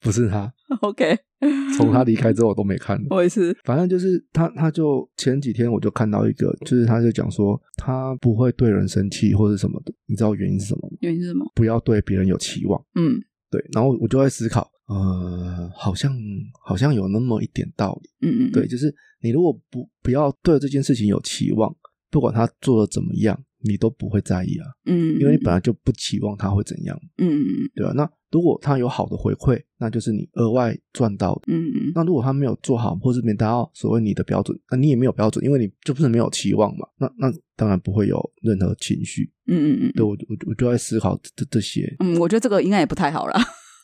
A: 不是他。
B: ，OK，
A: 从他离开之后，我都没看了。
B: 我也是，
A: 反正就是他，他就前几天我就看到一个，就是他就讲说他不会对人生气或者什么的，你知道原因是什么吗？
B: 原因是什么？
A: 不要对别人有期望。
B: 嗯
A: 对，然后我就在思考，呃，好像好像有那么一点道理。
B: 嗯嗯，
A: 对，，就是你如果不不要对这件事情有期望，不管他做的怎么样，你都不会在意啊，
B: 嗯，
A: 因为你本来就不期望他会怎样，
B: 嗯
A: 对吧、那如果他有好的回馈，那就是你额外赚到的。
B: 嗯嗯
A: 那如果他没有做好，或是没达到所谓你的标准，那你也没有标准，因为你就不是没有期望嘛。那那当然不会有任何情绪。
B: 嗯嗯嗯，
A: 对我我我就在思考这这这些，
B: 嗯，我觉得这个应该也不太好啦。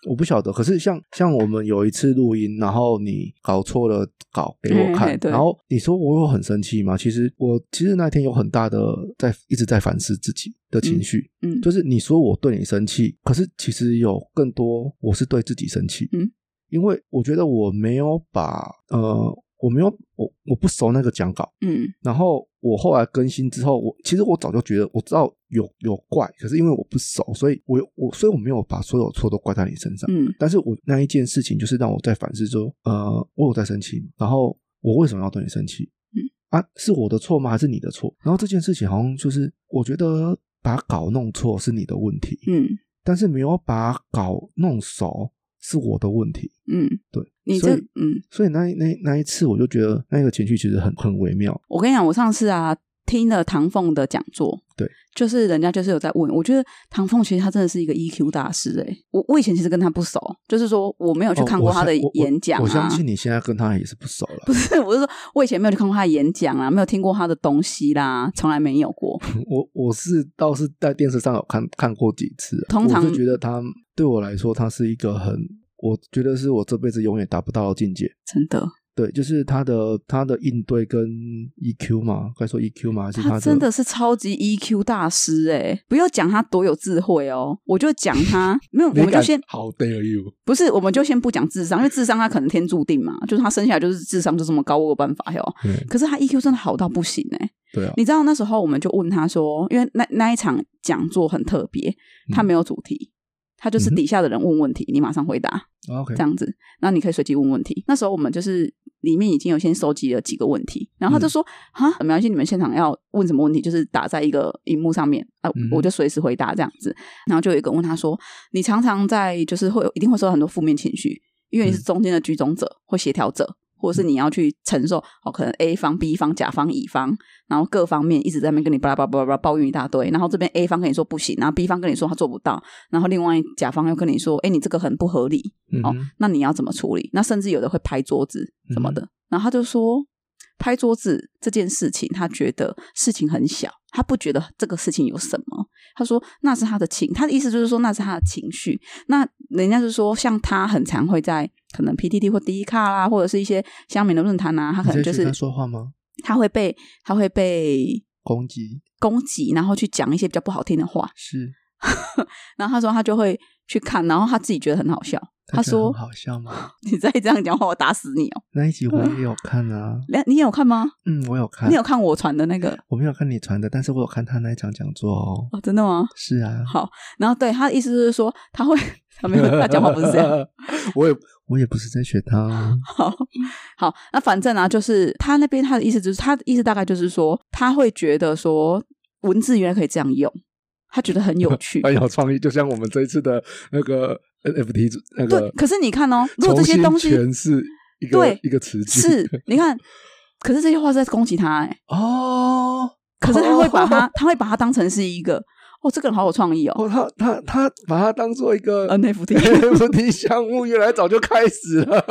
A: 我不晓得。可是像像我们有一次录音，然后你搞错了稿给我看，
B: 嗯对
A: 然后你说我有很生气吗？其实我其实那天有很大的在一直在反思自己的情绪，
B: 嗯
A: 就是你说我对你生气，可是其实有更多我是对自己生气，
B: 嗯，
A: 因为我觉得我没有把呃。我没有，我我不熟那个讲稿，
B: 嗯
A: 然后我后来更新之后，我其实我早就觉得我知道有有怪，可是因为我不熟，所以我我所以我没有把所有错都怪在你身上。
B: 嗯
A: 但是我那一件事情就是让我在反思说，呃，我有在生气，然后我为什么要对你生气？
B: 嗯，
A: 啊，是我的错吗？还是你的错？然后这件事情好像就是，我觉得把稿弄错是你的问题，
B: 嗯
A: 但是没有把稿弄熟是我的问题。
B: 嗯，
A: 对，
B: 你
A: 所
B: 这
A: 以
B: 嗯，
A: 所以那一那一那一次我就觉得那个情绪其实很很微妙。
B: 我跟你讲，我上次啊听了唐凤的讲座，
A: 对，
B: 就是人家就是有在问，我觉得唐凤其实他真的是一个 EQ 大师哎、我我以前其实跟他不熟，就是说我没有去
A: 哦
B: 看过
A: 我
B: 他
A: 相
B: 的
A: 我我
B: 演讲
A: 我
B: 啊
A: 相，信你现在跟他也是不熟了。
B: 不是，我是说我以前没有去看过他的演讲啊，没有听过他的东西啦，从来没有过。
A: 我我是倒是在电视上有看看过几次啊，
B: 通常
A: 我是觉得他对我来说，他是一个很，我觉得是我这辈子永远达不到的境界。
B: 真的，
A: 对，就是他的他的应对跟 EQ 嘛，该说 EQ 嘛，还是
B: 他
A: 的
B: 真的是超级 EQ 大师哎、不要讲他多有智慧哦，我就讲 他没有，我
A: 美
B: 们就
A: 感
B: 先
A: 好 dare you，
B: 不是，我们就先不讲智商，因为智商他可能天注定嘛，就是他生下来就是智商就这么高，我有办法哟。
A: 嗯
B: 可是他 EQ 真的好到不行哎、
A: 对啊，
B: 你知道那时候我们就问他说，因为那那一场讲座很特别，他没有主题，他就是
A: 嗯哼
B: 底下的人问问题，你马上回答。
A: 啊 OK，
B: 这样子，然后你可以随机问问题。那时候我们就是里面已经有先收集了几个问题，然
A: 嗯
B: 后他就说啊、没关系，你们现场要问什么问题，就是打在一个荧幕上面啊、
A: 嗯
B: 我就随时回答这样子。然后就有一个问他说，你常常在就是会有一定会受到很多负面情绪，因为你是
A: 嗯
B: 中间的居中者或协调者。或者是你要去承受哦，可能 A 方、B 方、甲方、乙方，然后各方面一直在那边跟你巴拉巴拉巴拉巴拉抱怨一大堆，然后这边 A 方跟你说不行，然后 B 方跟你说他做不到，然后另外甲方又跟你说，哎，你这个很不合理，
A: 嗯
B: 哦
A: 哼，
B: 那你要怎么处理？那甚至有的会拍桌子
A: 嗯
B: 什么的。然后他就说，拍桌子这件事情，他觉得事情很小，他不觉得这个事情有什么。他说那是他的情，他的意思就是说那是他的情绪。那人家就说，像他很常会在可能 PTT 或 D 卡啦，或者是一些乡民的论坛啊，他可能
A: 你在
B: 就
A: 学
B: 是
A: 他说话吗？
B: 他会被他会被
A: 攻击
B: 攻击，然后去讲一些比较不好听的话。
A: 是
B: 然后他说他就会去看，然后他自己觉得很好笑。他
A: 觉得
B: 说
A: 很好笑吗？
B: 你再这样讲话，我打死你哦！
A: 那一集我也有看啊，
B: 你你有看吗？
A: 嗯，我有看，
B: 你有看我传的那个
A: 我没有看你传的，但是我有看他那一场讲座哦。
B: 哦？真的吗？
A: 是啊，
B: 好，然后对他的意思就是说他会他 没有他讲话不是这样，
A: 我也我也不是在学他 哦，
B: 好好，那反正啊，就是他那边他的意思就是，他的意思大概就是说，他会觉得说文字原来可以这样用，他觉得 很有趣。
A: 很有创意，就像我们这一次的那个 NFT 主那
B: 对
A: 个，，
B: 可是你看哦，如果
A: 重
B: 这
A: 新
B: 些东西
A: 诠释一个
B: 对
A: 一个词句，
B: 是，你看，可是这些话是在攻击他哎、
A: 哦
B: 可是他会把他，他会把它当成是一个哦，这个人好有创意哦
A: 哦，他他他把它当做一个
B: ，NFT。
A: NFT 项目，原来早就开始了。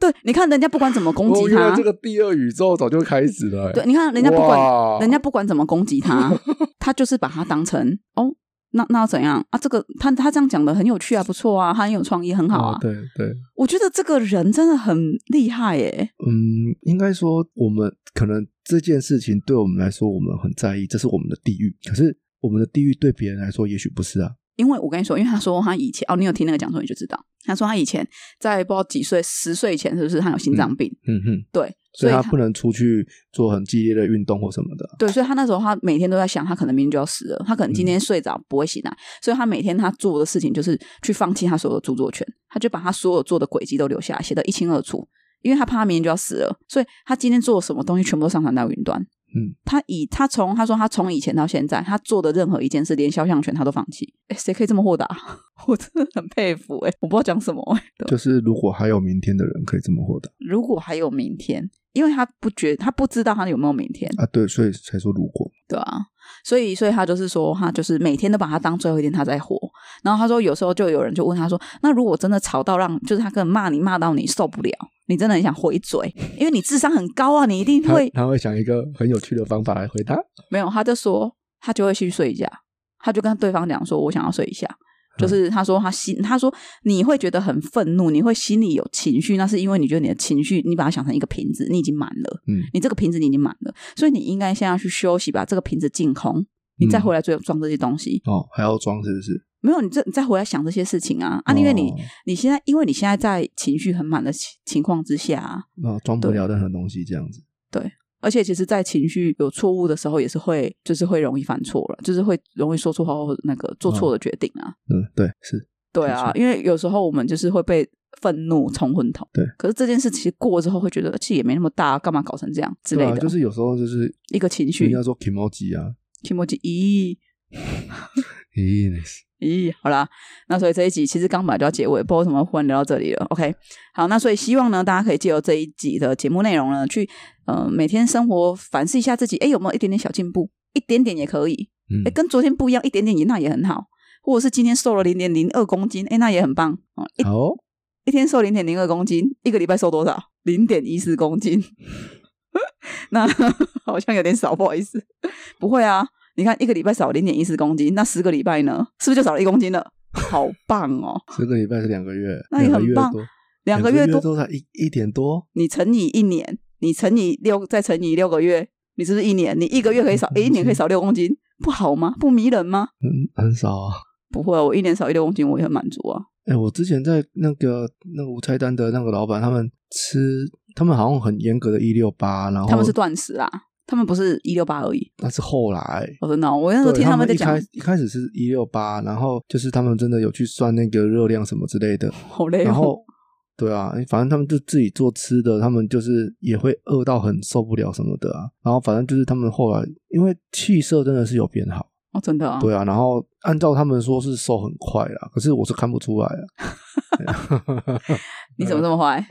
B: 对，你看人家不管怎么 攻
A: 哦，
B: 击
A: 原来
B: 他
A: 这，个第二宇宙早就开始了、欸。
B: 对，你看人家不管
A: 哇
B: 人家不管怎么攻击 他，他就是把他当成哦，那那要怎样啊？这个他他这样讲的很有趣啊，不错啊，他很有创意，很好啊。
A: 哦对对，
B: 我觉得这个人真的很厉害耶、
A: 嗯，应该说我们可能这件事情对我们来说，我们很在意，这是我们的地狱。可是我们的地狱对别人来说，也许不是啊。
B: 因为我跟你说，因为他说他以前哦，你有听那个讲座你就知道，他说他以前在不知道几岁，十岁以前是不是他有心脏病？
A: 嗯哼，
B: 对，
A: 所
B: 所
A: 以
B: 以
A: 他
B: 他
A: 不能出去做很激烈的运动或什么的。啊
B: 对，所以他那时候他每天都在想，他可能明天就要死了，他可能今天睡着不会醒来，所以他每天他做的事情就是去放弃他所有的著作权，他就把他所有做的轨迹都留下来，写得一清二楚，因为他怕他明天就要死了，所以他今天做什么东西全部都上传到云端。
A: 嗯，
B: 他以他从他说他从以前到现在，他做的任何一件事，连肖像权他都放弃。哎，谁可以这么豁达？ 我真的很佩服哎、我不知道讲什么哎、对
A: 就是如果还有明天的人可以这么活的
B: 如果还有明天，因为他不觉他不知道他有没有明天，
A: 啊，对，所以才说如果
B: 对啊，所以所以他就是说，他就是每天都把他当最后一天他在活。然后他说，有时候就有人就问他说，那如果真的吵到让，就是他跟人骂你骂到你受不了，你真的很想回嘴，因为你智商很高啊，你一定
A: 他
B: 会
A: 他会想一个很有趣的方法来回答。
B: 没有，他就说他就会去睡一下，他就跟对方讲说，我想要睡一下。
A: 嗯
B: 就是他说他心，他说你会觉得很愤怒，你会心里有情绪，那是因为你觉得你的情绪，你把它想成一个瓶子，你已经满了，
A: 嗯
B: 你这个瓶子你已经满了，所以你应该先要去休息，把这个瓶子净空，你再
A: 嗯
B: 回来再装这些东西。
A: 哦，还要装是不是？
B: 没有，你这你再回来想这些事情啊啊！因为你、
A: 哦
B: 你现在，因为你现在在情绪很满的情情况之下、啊，
A: 啊，装不了任何东西这样子。
B: 而且其实，在情绪有错误的时候，也是会就是会容易犯错了，就是会容易说出或那个做错的决定啊。
A: 嗯，对，是
B: 对啊
A: 没，
B: 因为有时候我们就是会被愤怒冲昏头。
A: 对，
B: 可是这件事其实过了之后，会觉得其实也没那么大，啊干嘛搞成这样之类
A: 对
B: 的，
A: 啊，就是有时候就是
B: 一个情绪
A: 人家说 k i m o j i 啊，
B: 情绪咦。
A: 咦，那是
B: 咦，好啦，那所以这一集其实刚本来就要结尾，不知道为什么忽然聊到这里了。OK，好，那所以希望呢，大家可以借由这一集的节目内容呢，去呃每天生活反思一下自己，哎，有没有一点点小进步？一点点也可以，
A: 嗯
B: 哎，，跟昨天不一样，一点点也那也很好。或者是今天瘦了零点零二公斤，哎，那也很棒哦。一
A: 好哦，
B: 一天瘦零点零二公斤，一个礼拜瘦多少？零点一四公斤。那 好像有点少，不好意思。不会啊，你看一个礼拜少零点一四公斤，那十个礼拜呢，是不是就少了一公斤了？好棒哦，
A: 这个礼拜是两个月，
B: 那也
A: 两个
B: 很
A: 月
B: 棒
A: 多
B: 两个
A: 月
B: 月多，
A: 才一一点多，
B: 你乘以一年，你乘以六，再乘以六个月，你是不是一年？你一个月可以少，哎诶一年可以少六公斤，不好吗？不迷人吗？
A: 嗯，很少啊。
B: 不会啊，我一年少一六公斤，我也很满足啊。
A: 哎，我之前在那个那个无菜单的那个老板，他们吃，他们好像很严格的一六八，然后
B: 他们是断食啦，啊他们不是一六八而已。
A: 那是后来，
B: 我真的哦，我那时候
A: 对
B: 听
A: 他
B: 们在
A: 一
B: 讲
A: 开，一开始是一六八，然后就是他们真的有去算那个热量什么之类的，
B: 好累
A: 然
B: 哦。
A: 后对啊，反正他们就自己做吃的，他们就是也会饿到很受不了什么的啊。然后反正就是他们后来，因为气色真的是有变好，
B: 哦，真的啊，
A: 对啊。然后按照他们说是瘦很快啦，可是我是看不出来啊。
B: 你怎么这么坏？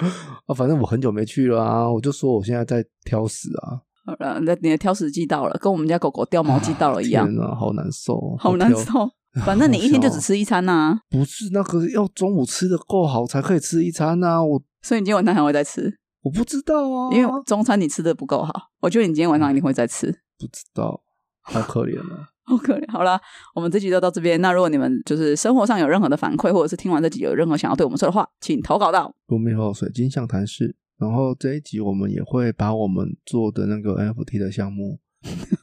A: 啊，反正我很久没去了啊，我就说我现在在挑食啊，
B: 好了，那你的挑食季到了，跟我们家狗狗掉毛季到了一样，
A: 天啊，好难受哦，
B: 哎好难
A: 挑。 哦
B: 受。反正你一天就只吃一餐呐、
A: 不是那个要中午吃的够好才可以吃一餐啊，我
B: 所以你今天晚上还会再吃，
A: 我不知道啊，
B: 因为中餐你吃的不够好，我觉得你今天晚上一定会再吃。
A: 不知道，好可怜啊。
B: 好可怜。好啦，我们这集就到这边。那如果你们就是生活上有任何的反馈，或者是听完这集有任何想要对我们说的话，请投稿到
A: 我们有水晶象谈室，然后这一集我们也会把我们做的那个 NFT 的项目，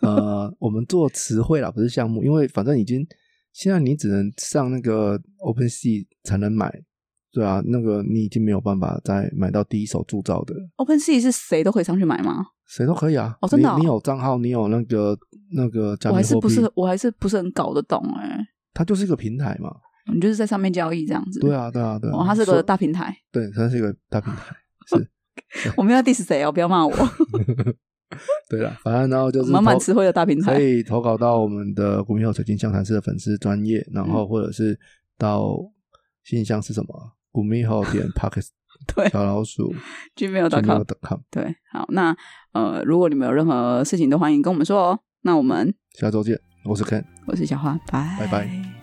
A: 呃，我们做词汇啦，不是项目，因为反正已经现在你只能上那个 OpenSea 才能买，对啊，那个你已经没有办法再买到第一手铸造的了，
B: OpenSea 是谁都可以上去买吗？
A: 谁都可以啊。
B: 哦真的哦
A: 你你有账号，你有那个那个加
B: 我还
A: 密
B: 是
A: 货
B: 不
A: 币，
B: 是，我还是不是很搞得懂哎、
A: 它就是一个平台嘛。
B: 你就是在上面交易这样子。
A: 对啊，对啊，对啊。
B: 哦，它是
A: 所
B: 个
A: 以
B: 大 平台。
A: 对，它是一个大平台。
B: 我没有要 diss 谁哦，不要骂我，
A: 对啦，反正然后就是
B: 满满
A: 投
B: 词汇的大平台
A: 可以投稿到我们的股民有水晶象谈室的粉丝专业，然后
B: 嗯
A: 或者是到信箱是什么？股民号点 pocket
B: 对
A: 小老鼠
B: gmail.com。
A: gmail.com
B: 对，好，那呃，如果你们有任何事情都欢迎跟我们说哦。那我们
A: 下周见，我是 Ken。
B: 我是小花，拜
A: 拜拜